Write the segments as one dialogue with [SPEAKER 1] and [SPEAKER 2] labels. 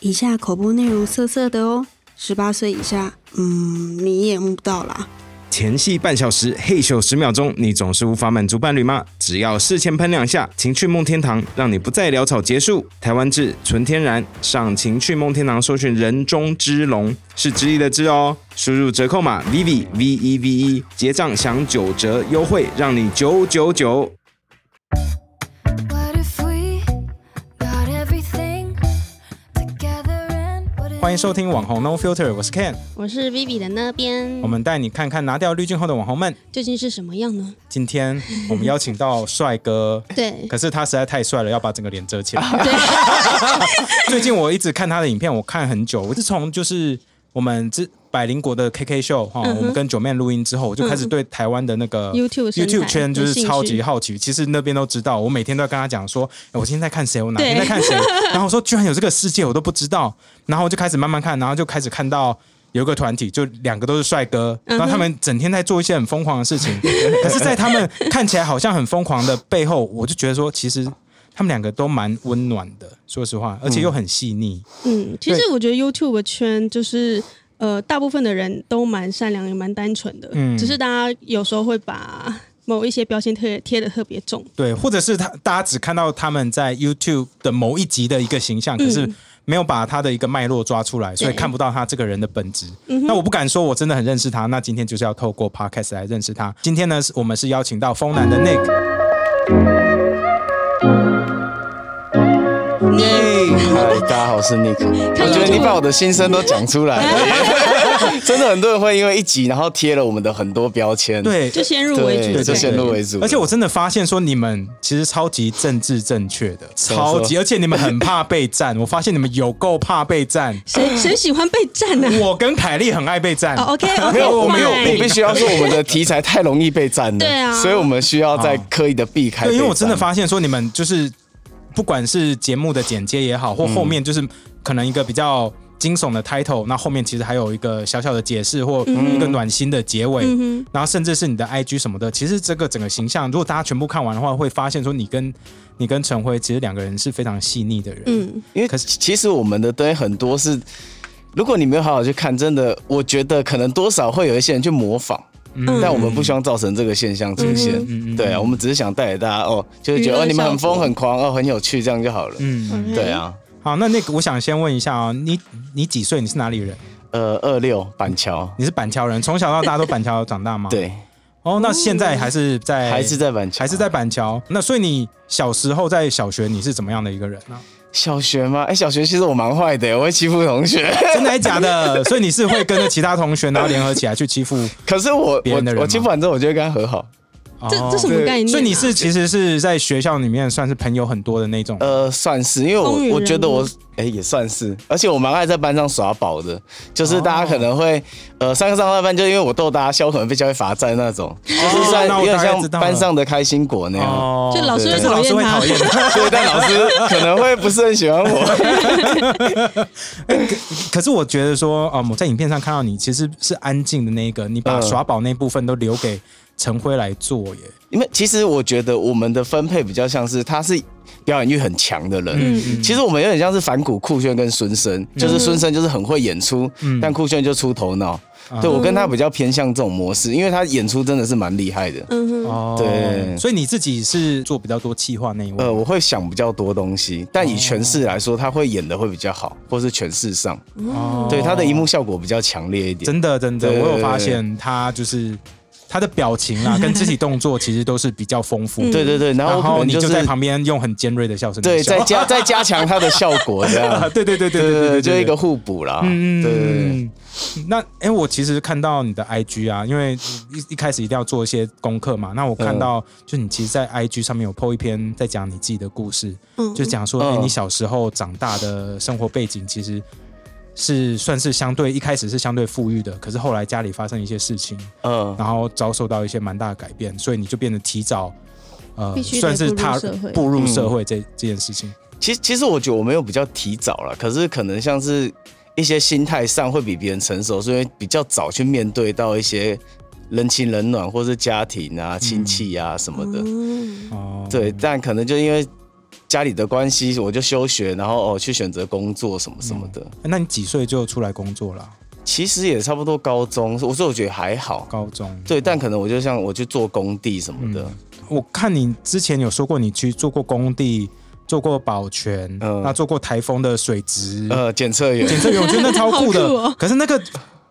[SPEAKER 1] 以下口播内容色色的哦，十八岁以下，嗯，你也摸不到啦。
[SPEAKER 2] 前戏半小时，嘿咻十秒钟，你总是无法满足伴侣吗？只要事前喷两下，情趣梦天堂让你不再潦草结束。台湾制纯天然，上情趣梦天堂搜寻人中之龙，是之一的之哦。输入折扣码 vivi v e v e，结账享九折优惠，让你九九九。
[SPEAKER 3] What if we got everything together and what
[SPEAKER 2] 欢迎收听网红 No Filter，我是 Ken，
[SPEAKER 1] 我是 Vivi 的那边
[SPEAKER 2] 我，们带你看看拿掉滤镜后的网红们。
[SPEAKER 1] 究竟是什么样呢？
[SPEAKER 2] 今天我们邀请到帅哥，
[SPEAKER 1] 对
[SPEAKER 2] 可是他实在太帅了，要把整个脸遮起来。
[SPEAKER 1] 对，
[SPEAKER 2] 最近我一直看他的影片，我看很久。我自从就是我们之百灵国的 KK 秀哈，我们跟九妹录音之后，我就开始对台湾的那个
[SPEAKER 1] 嗯 YouTube 生态
[SPEAKER 2] YouTube 圈就是超
[SPEAKER 1] 有兴
[SPEAKER 2] 级
[SPEAKER 1] 趣
[SPEAKER 2] 好奇。其实那边都知道，我每天都要跟他讲说，哎我今天在看谁，我哪天
[SPEAKER 1] 对
[SPEAKER 2] 在看谁。然后我说，居然有这个世界，我都不知道。然后我就开始慢慢看，然后就开始看到。有一个团体，就两个都是帅哥，然后他们整天在做一些很疯狂的事情。 可是，在他们看起来好像很疯狂的背后，我就觉得说，其实他们两个都蛮温暖的，说实话，而且又很细腻。
[SPEAKER 4] 嗯，其实我觉得 YouTube 圈就是呃，大部分的人都蛮善良，也蛮单纯的，
[SPEAKER 2] 嗯
[SPEAKER 4] 只是大家有时候会把某一些标签贴贴的特别重。
[SPEAKER 2] 对，或者是他大家只看到他们在 YouTube 的某一集的一个形象，可是没有把他的一个脉络抓出来，所以看不到他这个人的本质。那我不敢说我真的很认识他，那今天就是要透过 Podcast 来认识他。今天呢，是我们是邀请到风男的 Nick。耶！
[SPEAKER 5] 嗨，大家好，我是 Nick。
[SPEAKER 4] 看
[SPEAKER 5] 我觉得你把我的心声都讲出来 了，真的很多人会因为一集，然后贴了我们的很多标签。
[SPEAKER 2] 对，
[SPEAKER 4] 就先入为主
[SPEAKER 5] 对，
[SPEAKER 4] 的
[SPEAKER 5] 就
[SPEAKER 4] 感觉
[SPEAKER 5] 先入为主。
[SPEAKER 2] 而且我真的发现说，你们其实超级政治正确的，
[SPEAKER 5] 么说
[SPEAKER 2] 超级，而且你们很怕被赞。我发现你们有够怕被 赞。
[SPEAKER 1] 哦
[SPEAKER 4] 谁谁喜欢被占呢、啊？
[SPEAKER 2] 我跟凯莉很爱被赞。
[SPEAKER 4] 哦，OK，OK，
[SPEAKER 5] 没有，我没有，
[SPEAKER 4] fine
[SPEAKER 5] 我必须要说我们的题材太容易被占了，
[SPEAKER 4] 对啊
[SPEAKER 5] 所以我们需要再刻意的避开。
[SPEAKER 2] 对，因为我真的，发现说，你们就是不管是节目的剪接也好，
[SPEAKER 5] 嗯
[SPEAKER 2] 或后面就是可能一个比较惊悚的 title，那后面其实还有一个小小的解释或一个暖心的结尾，然后甚至是你的 IG 什么的，其实这个整个形象，如果大家全部看完的话，会发现说你跟你跟陈辉其实两个人是非常细腻的人。嗯，
[SPEAKER 5] 因为
[SPEAKER 2] 可是
[SPEAKER 5] 其实我们的东西很多是，如果你没有好好去看，真的，我觉得可能多少会有一些人去模仿。
[SPEAKER 2] 嗯
[SPEAKER 5] 但我们不希望造成这个现象出现，对啊，我们只是想带给大家哦，就是觉得
[SPEAKER 4] 娱乐
[SPEAKER 5] 哦你们很
[SPEAKER 4] 效
[SPEAKER 5] 疯
[SPEAKER 4] 果
[SPEAKER 5] 很狂哦很有趣这样就好了，
[SPEAKER 2] 嗯，
[SPEAKER 5] 对啊，
[SPEAKER 2] 好，那那个我想先问一下啊、你你几岁？你是哪里人？
[SPEAKER 5] 呃二六板桥，
[SPEAKER 2] 你是板桥人，从小到大都板桥长大吗？。
[SPEAKER 5] 对，
[SPEAKER 2] 哦，那现在还是在
[SPEAKER 5] 还是在板桥，
[SPEAKER 2] 哎还是在板桥。那所以你小时候在小学你是怎么样的一个人呢、
[SPEAKER 5] 小学吗？哎，小学其实我蛮坏的，我会欺负 同学，
[SPEAKER 2] 真的还假的？所以你是会跟着其他同学然后联合起来去欺负？
[SPEAKER 5] 可是我
[SPEAKER 2] 别人的人
[SPEAKER 5] 我
[SPEAKER 2] 吗
[SPEAKER 5] 我欺负完之后，我就会跟他和好，
[SPEAKER 2] 哦
[SPEAKER 4] 这这什么概念、啊？
[SPEAKER 2] 所以你是其实是在学校里面算是朋友很多的那种。
[SPEAKER 5] 呃，算是，因为
[SPEAKER 4] 风云人
[SPEAKER 5] 我我觉得
[SPEAKER 4] 物
[SPEAKER 5] 我哎、也算是，而且我蛮爱在班上耍宝的，
[SPEAKER 2] 哦
[SPEAKER 5] 就是大家可能会、呃上课上到一半，就因为我逗大家笑，我可能被教会罚站那种，就是算
[SPEAKER 2] 哦那我
[SPEAKER 5] 有点
[SPEAKER 2] 大概
[SPEAKER 5] 像
[SPEAKER 2] 知道了
[SPEAKER 5] 班上的开心果那样。
[SPEAKER 2] 哦
[SPEAKER 4] 就老师会
[SPEAKER 2] 就是老师会讨
[SPEAKER 4] 讨
[SPEAKER 2] 厌
[SPEAKER 4] 厌
[SPEAKER 2] 他。
[SPEAKER 5] 所以但老师可能会不是很喜欢我，
[SPEAKER 2] 可是我觉得说，啊，我在影片上看到你其实是安静的那一个，你把
[SPEAKER 5] 嗯
[SPEAKER 2] 耍宝那部分都留给陈辉来做耶。
[SPEAKER 5] 因为其实我觉得我们的分配比较像是他是表演欲很强的人，
[SPEAKER 2] 嗯
[SPEAKER 5] 其实我们有点像是反骨酷炫跟孙生，就是孙生就是很会演出，
[SPEAKER 2] 嗯
[SPEAKER 5] 但酷炫就出头脑。
[SPEAKER 2] 啊
[SPEAKER 5] 对我跟他比较偏向这种模式，因为他演出真的是蛮厉害的。
[SPEAKER 4] 嗯
[SPEAKER 2] 哦，
[SPEAKER 5] 对
[SPEAKER 2] 所以你自己是做比较多企划那一位。
[SPEAKER 5] 呃，我会想比较多东西，但以诠释来说，他会演的会比较好，或是诠释上，
[SPEAKER 2] 哦
[SPEAKER 5] 对他的荧幕效果比较强烈一点。
[SPEAKER 2] 真的真的，
[SPEAKER 5] 对对
[SPEAKER 2] 我
[SPEAKER 5] 对
[SPEAKER 2] 有发现他就是他的表情 啊，跟肢体动作其实都是比较丰富的。嗯
[SPEAKER 5] 对对对，然后
[SPEAKER 2] 然
[SPEAKER 5] 我可
[SPEAKER 2] 后
[SPEAKER 5] 能
[SPEAKER 2] 你
[SPEAKER 5] 就
[SPEAKER 2] 就是在旁边用很尖锐的笑声
[SPEAKER 5] 对，
[SPEAKER 2] 在
[SPEAKER 5] 再加再加强他的效果，这样。
[SPEAKER 2] 对对对对
[SPEAKER 5] 对
[SPEAKER 2] 对
[SPEAKER 5] 对
[SPEAKER 2] 对，
[SPEAKER 5] 对，就一个互补啦。嗯
[SPEAKER 2] 嗯
[SPEAKER 5] 嗯，对对对。
[SPEAKER 2] 嗯。那哎，我其实看到你的 IG 啊，因为一一开始一定要做一些功课嘛。那我看
[SPEAKER 5] 嗯
[SPEAKER 2] 到就你其实，在 IG 上面有 po 一篇在讲你自己的故事，就讲说哎，
[SPEAKER 5] 嗯
[SPEAKER 2] 你小时候长大的生活背景其实。是算是相对一开始是相对富裕的，可是后来家里发生一些事情，
[SPEAKER 5] 嗯，
[SPEAKER 2] 然后遭受到一些蛮大的改变，所以你就变得提早，呃，
[SPEAKER 4] 必须得
[SPEAKER 2] 算是
[SPEAKER 4] 步入
[SPEAKER 2] 踏
[SPEAKER 4] 社会
[SPEAKER 2] 步入
[SPEAKER 5] 嗯
[SPEAKER 2] 社会这、这件事情。
[SPEAKER 5] 其实其实我觉得我没有比较提早了，可是可能像是一些心态上会比别人成熟，所以比较早去面对到一些人情冷暖，或是家庭啊、亲戚啊什么的。
[SPEAKER 4] 嗯
[SPEAKER 2] 嗯哦，
[SPEAKER 5] 对，但可能就因为家里的关系，我就休学，然后哦去选择工作什么什么的。
[SPEAKER 2] 那你几岁就出来工作了？
[SPEAKER 5] 其实也差不多高中，我说我觉得还好。
[SPEAKER 2] 高中？
[SPEAKER 5] 对，但可能我就像我去做工地什么的，
[SPEAKER 2] 我看你之前有说过，你去做过工地，做过保全，
[SPEAKER 5] 嗯
[SPEAKER 2] 那做过台风的水质
[SPEAKER 5] 呃，检测员
[SPEAKER 2] 嗯检测员，我觉得那超酷的。
[SPEAKER 4] 好酷哦
[SPEAKER 2] 可是那个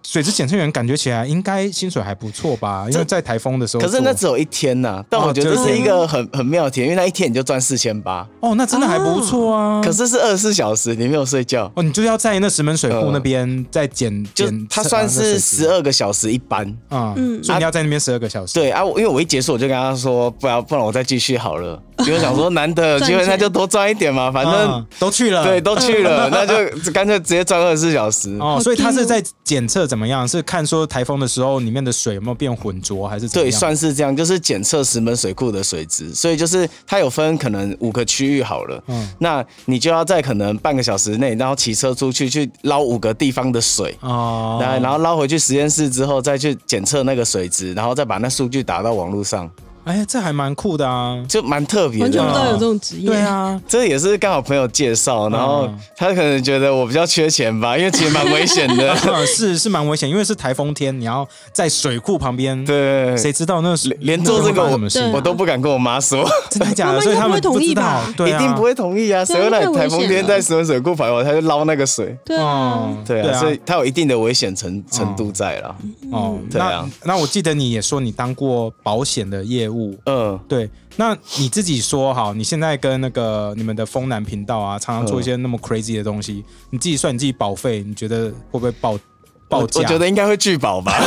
[SPEAKER 2] 水质检测员感觉起来应该薪水还不错吧？因为在台风的时候
[SPEAKER 5] 可
[SPEAKER 2] 做，
[SPEAKER 5] 是那只有一天呐、但我觉得这是一个很很妙的体验，因为那一天你就赚四千八，
[SPEAKER 2] 哦，那真的还不错啊。
[SPEAKER 5] 可是是二十四小时，你没有睡觉，
[SPEAKER 2] 哦，你就要在那石门水库
[SPEAKER 5] 呃
[SPEAKER 2] 那边再检
[SPEAKER 5] 就
[SPEAKER 2] 检，
[SPEAKER 5] 它算是十二个小时一班。
[SPEAKER 2] 啊，
[SPEAKER 4] 嗯
[SPEAKER 2] 所以你要在那边十二个小时。
[SPEAKER 5] 对啊，我因为我一结束我就跟他说，不然不然我再继续好了，因为我想说难得有机会
[SPEAKER 4] 赚钱
[SPEAKER 5] 那就多赚一点嘛，反正
[SPEAKER 2] 啊都去了，
[SPEAKER 5] 对都去了，那就干脆直接赚二十四小时。
[SPEAKER 2] 哦，
[SPEAKER 4] 好
[SPEAKER 2] 所以他
[SPEAKER 4] 低
[SPEAKER 2] 是
[SPEAKER 4] 哦
[SPEAKER 2] 在检测怎么样？是看说台风的时候里面的水有没有变浑浊，还是怎么
[SPEAKER 5] 对，
[SPEAKER 2] 样
[SPEAKER 5] 算是这样，就是检测石门水库的水质，所以就是它有分可能五个区域好了，
[SPEAKER 2] 嗯
[SPEAKER 5] 那你就要在可能半个小时内，然后骑车出去去捞五个地方的水，
[SPEAKER 2] 哦，
[SPEAKER 5] 然、然后捞回去实验室之后再去检测那个水质，然后再把那数据打到网络上，
[SPEAKER 2] 哎，这还蛮酷的啊，
[SPEAKER 5] 就蛮特别
[SPEAKER 4] 完全不知道有
[SPEAKER 5] 的。
[SPEAKER 4] 这种职业。
[SPEAKER 2] 对，啊，
[SPEAKER 5] 这也是刚好朋友介绍，然后
[SPEAKER 2] 嗯
[SPEAKER 5] 他可能觉得我比较缺钱吧，因为其实蛮危险 的。
[SPEAKER 2] 啊是是蛮危险，因为是台风天，你要在水库旁边，，
[SPEAKER 5] 对，
[SPEAKER 2] 谁知道那是
[SPEAKER 5] 连连做这个
[SPEAKER 2] 那会发生
[SPEAKER 5] 我
[SPEAKER 2] 什么事
[SPEAKER 4] 对啊
[SPEAKER 5] 我都不敢跟我妈说。
[SPEAKER 2] 真的假
[SPEAKER 4] 妈
[SPEAKER 2] 的？
[SPEAKER 4] 妈
[SPEAKER 2] 所以
[SPEAKER 4] 应
[SPEAKER 2] 他
[SPEAKER 4] 该不
[SPEAKER 2] 们
[SPEAKER 4] 会同意
[SPEAKER 2] 知道
[SPEAKER 4] 吧
[SPEAKER 2] 对
[SPEAKER 5] 一
[SPEAKER 2] 啊，
[SPEAKER 5] 定不会同意啊！
[SPEAKER 4] 对
[SPEAKER 5] 谁
[SPEAKER 4] 啊
[SPEAKER 5] 会让
[SPEAKER 4] 太
[SPEAKER 5] 你
[SPEAKER 4] 危
[SPEAKER 5] 台风
[SPEAKER 4] 险
[SPEAKER 5] 天
[SPEAKER 4] 了
[SPEAKER 5] 在石门水库徘徊，他就捞那个水？
[SPEAKER 4] 对啊，
[SPEAKER 2] 哦
[SPEAKER 5] 对
[SPEAKER 2] 对
[SPEAKER 5] 啊，
[SPEAKER 2] 啊嗯
[SPEAKER 5] 所以它有一定的危险程程度在啦。
[SPEAKER 2] 哦。
[SPEAKER 5] 对
[SPEAKER 2] 那
[SPEAKER 5] 啊
[SPEAKER 2] 那我记得你也说你当过保险的业务，
[SPEAKER 5] 嗯，
[SPEAKER 2] 对，那你自己说好，你现在跟那个你们的风南频道啊，常常做一些那么 crazy 的东西，你自己算你自己保费，你觉得会不会爆
[SPEAKER 5] 我
[SPEAKER 2] 爆
[SPEAKER 5] 我
[SPEAKER 2] 价？
[SPEAKER 5] 觉得应该会拒保吧，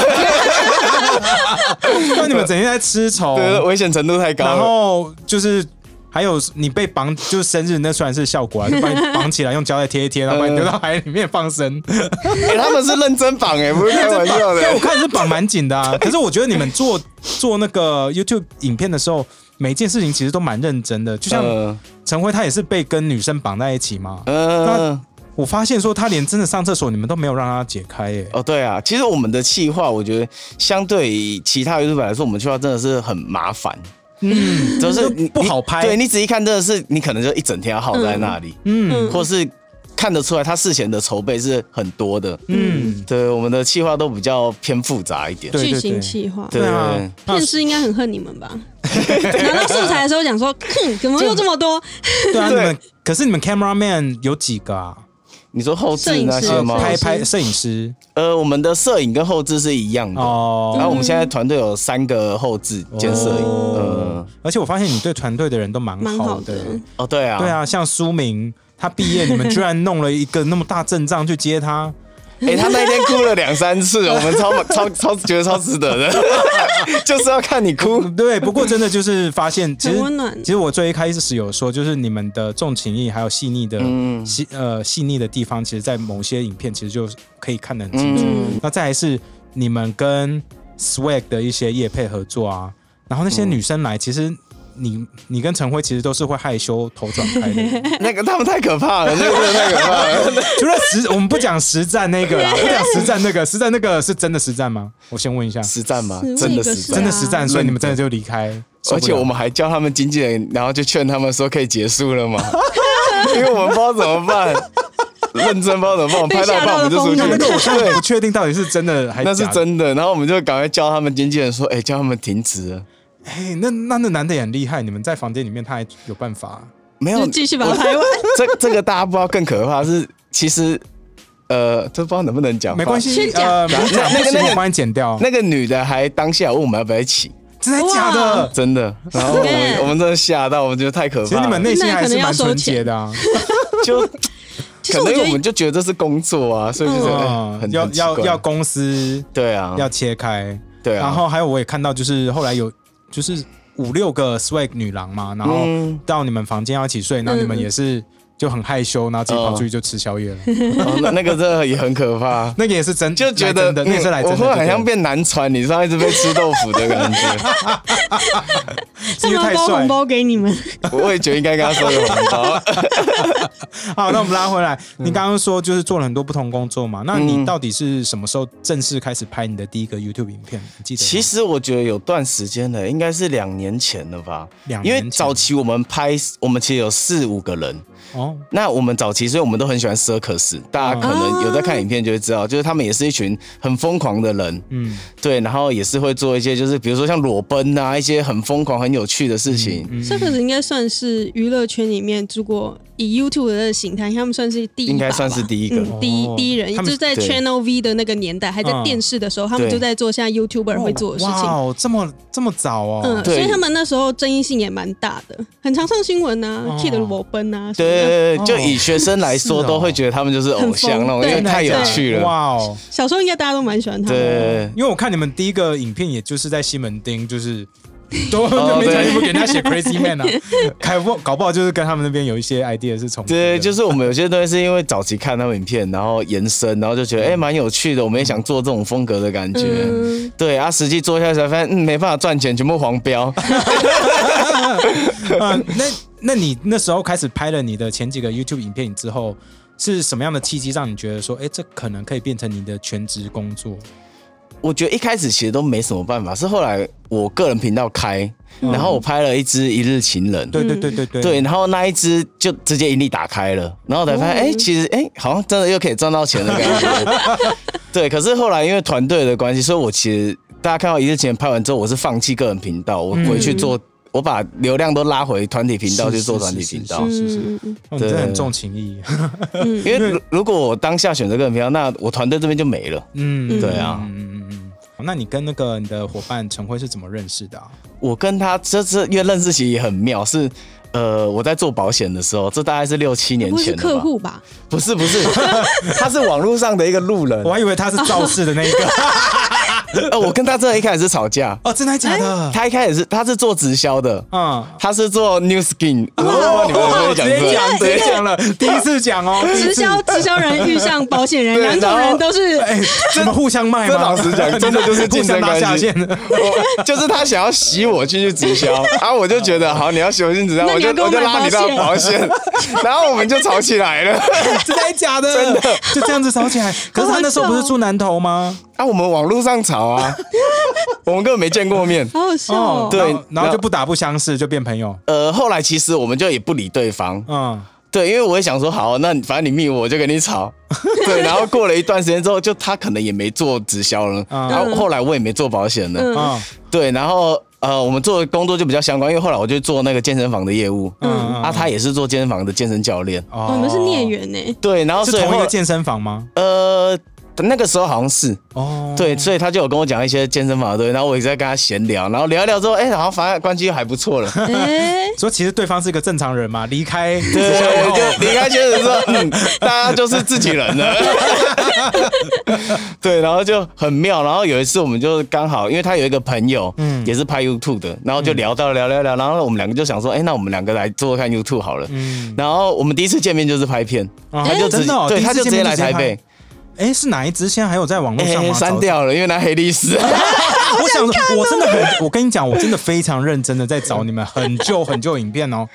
[SPEAKER 2] 那你们整天在吃虫，
[SPEAKER 5] 对，危险程度太高
[SPEAKER 2] 哦然
[SPEAKER 5] 了。
[SPEAKER 2] 后就是还有你被绑，就是生日那虽然是效 果啊，就把你绑起来，用胶带贴一贴，然后把你丢到海里面放 生。
[SPEAKER 5] 哎他们是认真绑哎，不是开 玩笑
[SPEAKER 2] 对，我
[SPEAKER 5] 的。嗯
[SPEAKER 2] 看是绑蛮紧的啊。 可是我觉得你们做做那个 YouTube 影片的时候，每一件事情其实都蛮认真的，就像
[SPEAKER 5] 嗯
[SPEAKER 2] 陈辉他也是被跟女生绑在一起嘛。
[SPEAKER 5] 嗯，
[SPEAKER 2] 我发现说他连真的上厕所你们都没有让他解开耶、
[SPEAKER 5] 哦对啊，其实我们的气划，我觉得相对于其他 YouTube 来说，我们气划真的是很麻烦，
[SPEAKER 2] 嗯，
[SPEAKER 5] 就
[SPEAKER 2] 就
[SPEAKER 5] 是你
[SPEAKER 2] 不好拍
[SPEAKER 5] 对你仔细看，真的是你可能就一整天要耗在那里，
[SPEAKER 2] 嗯
[SPEAKER 5] 或是看得出来他事前的筹备是很多的。
[SPEAKER 2] 嗯，
[SPEAKER 5] 对，我们的气划都比较偏复杂一点。
[SPEAKER 2] 对
[SPEAKER 4] 巨
[SPEAKER 2] 对
[SPEAKER 4] 型
[SPEAKER 2] 对
[SPEAKER 4] 企划。
[SPEAKER 5] 对
[SPEAKER 2] 啊，那
[SPEAKER 4] 片师应该很恨你们吧？拿到素材的时候讲说，哼，怎么又这么多？
[SPEAKER 2] 对啊，你
[SPEAKER 5] 对
[SPEAKER 2] 们可是你们 camera man 有几个啊？呃
[SPEAKER 5] 你说后置
[SPEAKER 4] 摄
[SPEAKER 5] 那些
[SPEAKER 4] 影师
[SPEAKER 5] 吗？
[SPEAKER 2] 拍
[SPEAKER 4] 摄
[SPEAKER 2] 拍摄影师
[SPEAKER 5] 呃，我们的摄影跟后置是一样的。啊
[SPEAKER 2] 哦，
[SPEAKER 5] 然后我们现在团队有三个后置兼摄影，
[SPEAKER 2] 哦
[SPEAKER 5] 嗯，
[SPEAKER 2] 而且我发现你对团队的人都蛮
[SPEAKER 4] 蛮
[SPEAKER 2] 好
[SPEAKER 4] 好
[SPEAKER 2] 的
[SPEAKER 4] 的，
[SPEAKER 5] 哦，嗯对啊，
[SPEAKER 2] 对，啊，像苏明。他毕业，你们居然弄了一个那么大阵仗去接他，
[SPEAKER 5] 哎，他那一天哭了两三次，我们超超超觉得超值得的， 就是要看你哭。
[SPEAKER 2] 对。不过真的就是发现，其实
[SPEAKER 4] 很温暖
[SPEAKER 2] 其实我最一开始有说，就是你们的重情义还有细腻的细呃细腻的地方，其实，在某些影片其实就可以看得很清楚。
[SPEAKER 4] 嗯，
[SPEAKER 2] 那再来是你们跟 Swag 的一些业配合作啊，然后那些女生来，其实你你跟陈辉其实都是会害羞头转开 的。
[SPEAKER 5] 那个他们太可怕了，那个真的太可怕了。
[SPEAKER 2] 除了实，我们不讲实战那个啦， 不讲实战那个，实战那个是真的实战吗？我先问一下，
[SPEAKER 5] 实战吗？
[SPEAKER 4] 是那
[SPEAKER 5] 真的
[SPEAKER 4] 个
[SPEAKER 5] 实
[SPEAKER 2] 真
[SPEAKER 4] 啊
[SPEAKER 5] 战
[SPEAKER 2] 的。实战，所以你们真的就离开。
[SPEAKER 5] 而且我们还叫他们经纪人，然后就劝他们说可以结束了嘛，因为我们不知道怎么办，认真不知道怎么办，我们拍到一半我们就出
[SPEAKER 4] 被
[SPEAKER 5] 去
[SPEAKER 4] 吓到了
[SPEAKER 2] 那
[SPEAKER 4] 疯了
[SPEAKER 2] 个我现在
[SPEAKER 5] 对
[SPEAKER 2] 不确定到底是真的还
[SPEAKER 5] 那是
[SPEAKER 2] 假的。
[SPEAKER 5] 真的。然后我们就赶快叫他们经纪人说：“哎、叫他们停止了。
[SPEAKER 2] 哎，那那那男的也很厉害，你们在房间里面他还有办法、
[SPEAKER 5] 没有
[SPEAKER 4] 就，继续把它拍完。
[SPEAKER 5] 这这个大家不知道更可怕是，其实呃，这不知道能不能讲，
[SPEAKER 2] 没关。系
[SPEAKER 4] 先，讲
[SPEAKER 2] 呃，不讲
[SPEAKER 5] 那
[SPEAKER 2] 不
[SPEAKER 5] 个
[SPEAKER 2] 行，
[SPEAKER 5] 那个
[SPEAKER 2] 我帮你剪掉。
[SPEAKER 5] 那个女的还当下问我们要不要一起，
[SPEAKER 2] 真的假的？
[SPEAKER 5] 真的。然后我们我们真的吓到，我们觉得太可
[SPEAKER 2] 嗯其实
[SPEAKER 5] 怕
[SPEAKER 2] 你们
[SPEAKER 5] 了。
[SPEAKER 2] 内心还是蛮纯洁的啊，
[SPEAKER 5] 就
[SPEAKER 4] 其实
[SPEAKER 5] 可
[SPEAKER 4] 我
[SPEAKER 5] 能
[SPEAKER 4] 觉
[SPEAKER 5] 我们
[SPEAKER 4] 得，
[SPEAKER 5] 就觉得这是工作啊，所以就是、
[SPEAKER 2] 嗯
[SPEAKER 5] 哎很
[SPEAKER 2] 要
[SPEAKER 5] 很奇
[SPEAKER 2] 要
[SPEAKER 5] 怪
[SPEAKER 2] 要公司
[SPEAKER 5] 对啊，
[SPEAKER 2] 要切开，
[SPEAKER 5] 对啊，
[SPEAKER 2] 然后还有我也看到，就是后来有就是五六个 swag 女郎嘛，然后
[SPEAKER 5] 嗯
[SPEAKER 4] 嗯
[SPEAKER 2] 到你们房间要一起睡，那你们也是就很害羞，然后
[SPEAKER 5] 嗯
[SPEAKER 2] 自己跑出去就吃宵夜了。，
[SPEAKER 5] 哦那那个真的也很可怕
[SPEAKER 2] 那个也是真，
[SPEAKER 5] 就觉
[SPEAKER 2] 来
[SPEAKER 5] 得
[SPEAKER 2] 真的那也是来
[SPEAKER 5] 嗯
[SPEAKER 2] 真的，
[SPEAKER 5] 我会好像
[SPEAKER 2] 对
[SPEAKER 5] 变南传，你知道一直被吃豆腐的感觉。
[SPEAKER 2] 是
[SPEAKER 4] 干
[SPEAKER 2] 因为
[SPEAKER 4] 嘛
[SPEAKER 2] 太
[SPEAKER 4] 包
[SPEAKER 2] 帅
[SPEAKER 4] 红。包给你们？
[SPEAKER 5] 我也觉得应该跟他说有红 包。
[SPEAKER 2] 好，那我们拉回来，
[SPEAKER 5] 嗯
[SPEAKER 2] 你刚刚说就是做了很多不同工作嘛，那你到底是什么时候正式开始拍你的第一个 YouTube 影片？你记得吗？
[SPEAKER 5] 其实我觉得有段时间了，应该是两年前了吧。
[SPEAKER 2] 两
[SPEAKER 5] 因
[SPEAKER 2] 年
[SPEAKER 5] 为
[SPEAKER 2] 前
[SPEAKER 5] 早期我们拍，我们其实有四五个人。
[SPEAKER 2] 哦，
[SPEAKER 5] 那我们早期，所以我们都很喜欢 circus，大家可能有在看影片就会知道，就是他们也是一群很疯狂的人，
[SPEAKER 2] 嗯
[SPEAKER 5] 对，然后也是会做一些就是比如说像裸奔啊，一些很疯狂、很有趣的事情。
[SPEAKER 4] 这个应该算是娱乐圈里面，如果以 YouTube 的形态，他们算是第一把吧，
[SPEAKER 5] 应该算是第一个
[SPEAKER 4] 嗯第一
[SPEAKER 2] 哦
[SPEAKER 4] 第一人，
[SPEAKER 2] 他们
[SPEAKER 4] 就在
[SPEAKER 5] 对
[SPEAKER 4] Channel V 的那个年代，还在
[SPEAKER 2] 嗯
[SPEAKER 4] 电视的时候，他们
[SPEAKER 5] 对
[SPEAKER 4] 就在做现在 YouTuber 会做的事
[SPEAKER 2] 哇
[SPEAKER 4] 情。
[SPEAKER 2] 哦，这么这么早哦，
[SPEAKER 4] 嗯，
[SPEAKER 5] 对哦
[SPEAKER 4] 所以他们那时候争议性也蛮大的，很常上新闻呐、
[SPEAKER 2] 哦
[SPEAKER 4] 啊、，Kid 裸奔啊，什么的。
[SPEAKER 5] 对，
[SPEAKER 2] 哦
[SPEAKER 5] 就以学生来说，
[SPEAKER 2] 是哦
[SPEAKER 5] 都会觉得他们就是偶像那
[SPEAKER 4] 很疯
[SPEAKER 5] 种，因为
[SPEAKER 4] 对
[SPEAKER 5] 太有趣了。
[SPEAKER 2] 哇哦！
[SPEAKER 4] 小时候应该大家都蛮喜欢他的。
[SPEAKER 5] 对，
[SPEAKER 2] 因为我看你们第一个影片，也就是在西门町， 就是都
[SPEAKER 5] 哦
[SPEAKER 2] 没穿
[SPEAKER 5] 对
[SPEAKER 2] 衣服给人家写 Crazy Man 啊， 搞不搞不好就是跟他们那边有一些 idea 是重复的
[SPEAKER 5] 对，就是我们有些东西是因为早期看他们影片，然后延伸，然后就觉得哎蛮、有趣的，我们也想做这种风格的感觉。
[SPEAKER 4] 嗯，
[SPEAKER 5] 对啊，实际做下来才发现，嗯，没办法赚钱，全部黄标。
[SPEAKER 2] 啊、那那你那时候开始拍了你的前几个 YouTube 影片之后，是什么样的契机让你觉得说，哎、这可能可以变成你的全职工作？
[SPEAKER 5] 我觉得一开始其实都没什么办法，是后来我个人频道开，然后我拍了一支《一日情人》
[SPEAKER 2] 嗯对对对对对，
[SPEAKER 5] 嗯对，然后那一只就直接盈利打开了，然后才
[SPEAKER 2] 哦
[SPEAKER 5] 发现，哎、其实哎、好像真的又可以赚到钱的感觉。 对，可是后来因为团队的关系，所以我其实大家看到一日前拍完之后，我是放弃个人频道，我回去做，我把流量都拉回团体频道
[SPEAKER 2] 嗯是
[SPEAKER 5] 去
[SPEAKER 2] 是
[SPEAKER 5] 做
[SPEAKER 2] 是
[SPEAKER 5] 团体
[SPEAKER 2] 是
[SPEAKER 5] 频
[SPEAKER 2] 是
[SPEAKER 5] 道。
[SPEAKER 2] 是是
[SPEAKER 4] 嗯嗯
[SPEAKER 2] 哦、你真的很
[SPEAKER 5] 对
[SPEAKER 2] 重情义，
[SPEAKER 5] 因为如如果我当下选择个人频道，那我团队这边就没了。
[SPEAKER 2] 嗯，
[SPEAKER 5] 对啊
[SPEAKER 2] 嗯嗯嗯嗯。那你跟那个你的伙伴陈辉是怎么认识的、啊？
[SPEAKER 5] 我跟他这次因为认识其实也很妙，是呃我在做保险的时候，这大概是六七
[SPEAKER 4] 嗯
[SPEAKER 5] 年
[SPEAKER 4] 不会
[SPEAKER 5] 前
[SPEAKER 4] 是
[SPEAKER 5] 了吧
[SPEAKER 4] 客户 吧？
[SPEAKER 5] 不是 不是，他是网络上的一个路人
[SPEAKER 2] 我。还以为他是肇事的那一 个。
[SPEAKER 5] 呃，我跟他真的一开始是吵架。
[SPEAKER 2] 哦，真的还假的？
[SPEAKER 5] 他一开始是他是做直销的，
[SPEAKER 2] 嗯。
[SPEAKER 5] 他是做 New Skin，我不知道哦你们有没有
[SPEAKER 2] 啊哦直接
[SPEAKER 5] 讲这个
[SPEAKER 2] 讲，直接讲了，第一次讲 哦，第一
[SPEAKER 4] 直
[SPEAKER 2] 次
[SPEAKER 4] 销直销人遇上保险人，
[SPEAKER 5] 对
[SPEAKER 4] 两种
[SPEAKER 5] 然后
[SPEAKER 4] 人都是
[SPEAKER 2] 哎， 怎么互相卖
[SPEAKER 5] 这
[SPEAKER 2] 吗？
[SPEAKER 5] 老 实讲，真的就是
[SPEAKER 2] 互
[SPEAKER 5] 竞
[SPEAKER 2] 相
[SPEAKER 5] 争
[SPEAKER 2] 拉
[SPEAKER 5] 关
[SPEAKER 2] 下
[SPEAKER 5] 系
[SPEAKER 2] 线。 的。
[SPEAKER 5] 我就是他想要洗我进去直销，然后我就觉
[SPEAKER 2] 哦
[SPEAKER 5] 得好，你要洗我进去直销，
[SPEAKER 4] 那
[SPEAKER 5] 我
[SPEAKER 4] 你
[SPEAKER 5] 就
[SPEAKER 4] 要
[SPEAKER 5] 我就
[SPEAKER 4] 跟我买
[SPEAKER 5] 拉你到保
[SPEAKER 4] 保
[SPEAKER 5] 险， 然后我们就吵起来了。
[SPEAKER 2] 真的还假 的？真的就这样子吵起来。可是他那时候不是住南头吗？
[SPEAKER 5] 啊，我们网络上吵啊，我们根本没见过面。
[SPEAKER 4] 好好笑哦。
[SPEAKER 5] 对
[SPEAKER 2] 然后然后就不打不相识，就变朋友。
[SPEAKER 5] 呃，后来其实我们就也不理对方，
[SPEAKER 2] 嗯，
[SPEAKER 5] 对，因为我也想说，好，那反正你密我，我就跟你吵。 对，然后过了一段时间之后，就他可能也没做直销了，
[SPEAKER 2] 嗯
[SPEAKER 5] 然后后来我也没做保险了，
[SPEAKER 4] 嗯
[SPEAKER 2] 嗯
[SPEAKER 5] 对，然后呃，我们做的工作就比较相关，因为后来我就做那个健身房的业务，
[SPEAKER 2] 嗯
[SPEAKER 5] 啊，他也是做健身房的健身教练，
[SPEAKER 2] 哦
[SPEAKER 4] 哦，你们是孽。缘呢、
[SPEAKER 5] 对，然后
[SPEAKER 2] 是
[SPEAKER 5] 所以
[SPEAKER 2] 同一
[SPEAKER 5] 后
[SPEAKER 2] 个
[SPEAKER 5] 来
[SPEAKER 2] 健身房吗？
[SPEAKER 5] 呃，那个时候好像是
[SPEAKER 2] 哦，
[SPEAKER 5] 对，所以他就有跟我讲一些健身房的东西，然后我一直在跟他闲聊，然后聊一聊之后，哎、好像反正关系还不错了，
[SPEAKER 4] 哎、
[SPEAKER 2] 所以其实对方是一个正常人嘛，离开
[SPEAKER 5] 对，
[SPEAKER 2] 学校以后
[SPEAKER 5] 就离开健 身说，嗯，大家就是自己人了， 对，然后就很妙，然后有一次我们就刚好，因为他有一个朋友，嗯，也是拍 YouTube 的，然后就聊到聊聊聊，然后我们两个就想说，哎、那我们两个来做做看 YouTube 好了，
[SPEAKER 2] 嗯，
[SPEAKER 5] 然后我们第一次见面就是拍片，
[SPEAKER 2] 啊
[SPEAKER 5] 他就直
[SPEAKER 2] 真的哦
[SPEAKER 5] 对，
[SPEAKER 2] 第一
[SPEAKER 5] 他
[SPEAKER 2] 次
[SPEAKER 5] 就直
[SPEAKER 2] 见
[SPEAKER 5] 接
[SPEAKER 2] 面
[SPEAKER 5] 来台北，
[SPEAKER 2] 拍。哎，是哪一支？现在还有在网络上
[SPEAKER 5] 哎
[SPEAKER 2] 吗？
[SPEAKER 5] 删
[SPEAKER 2] 找。哦
[SPEAKER 5] 掉了，因为那黑 历史。
[SPEAKER 2] 我想
[SPEAKER 4] 哦
[SPEAKER 2] 说，我真的很，我跟你讲，我真的非常认真的在找你们很旧很旧影片哦，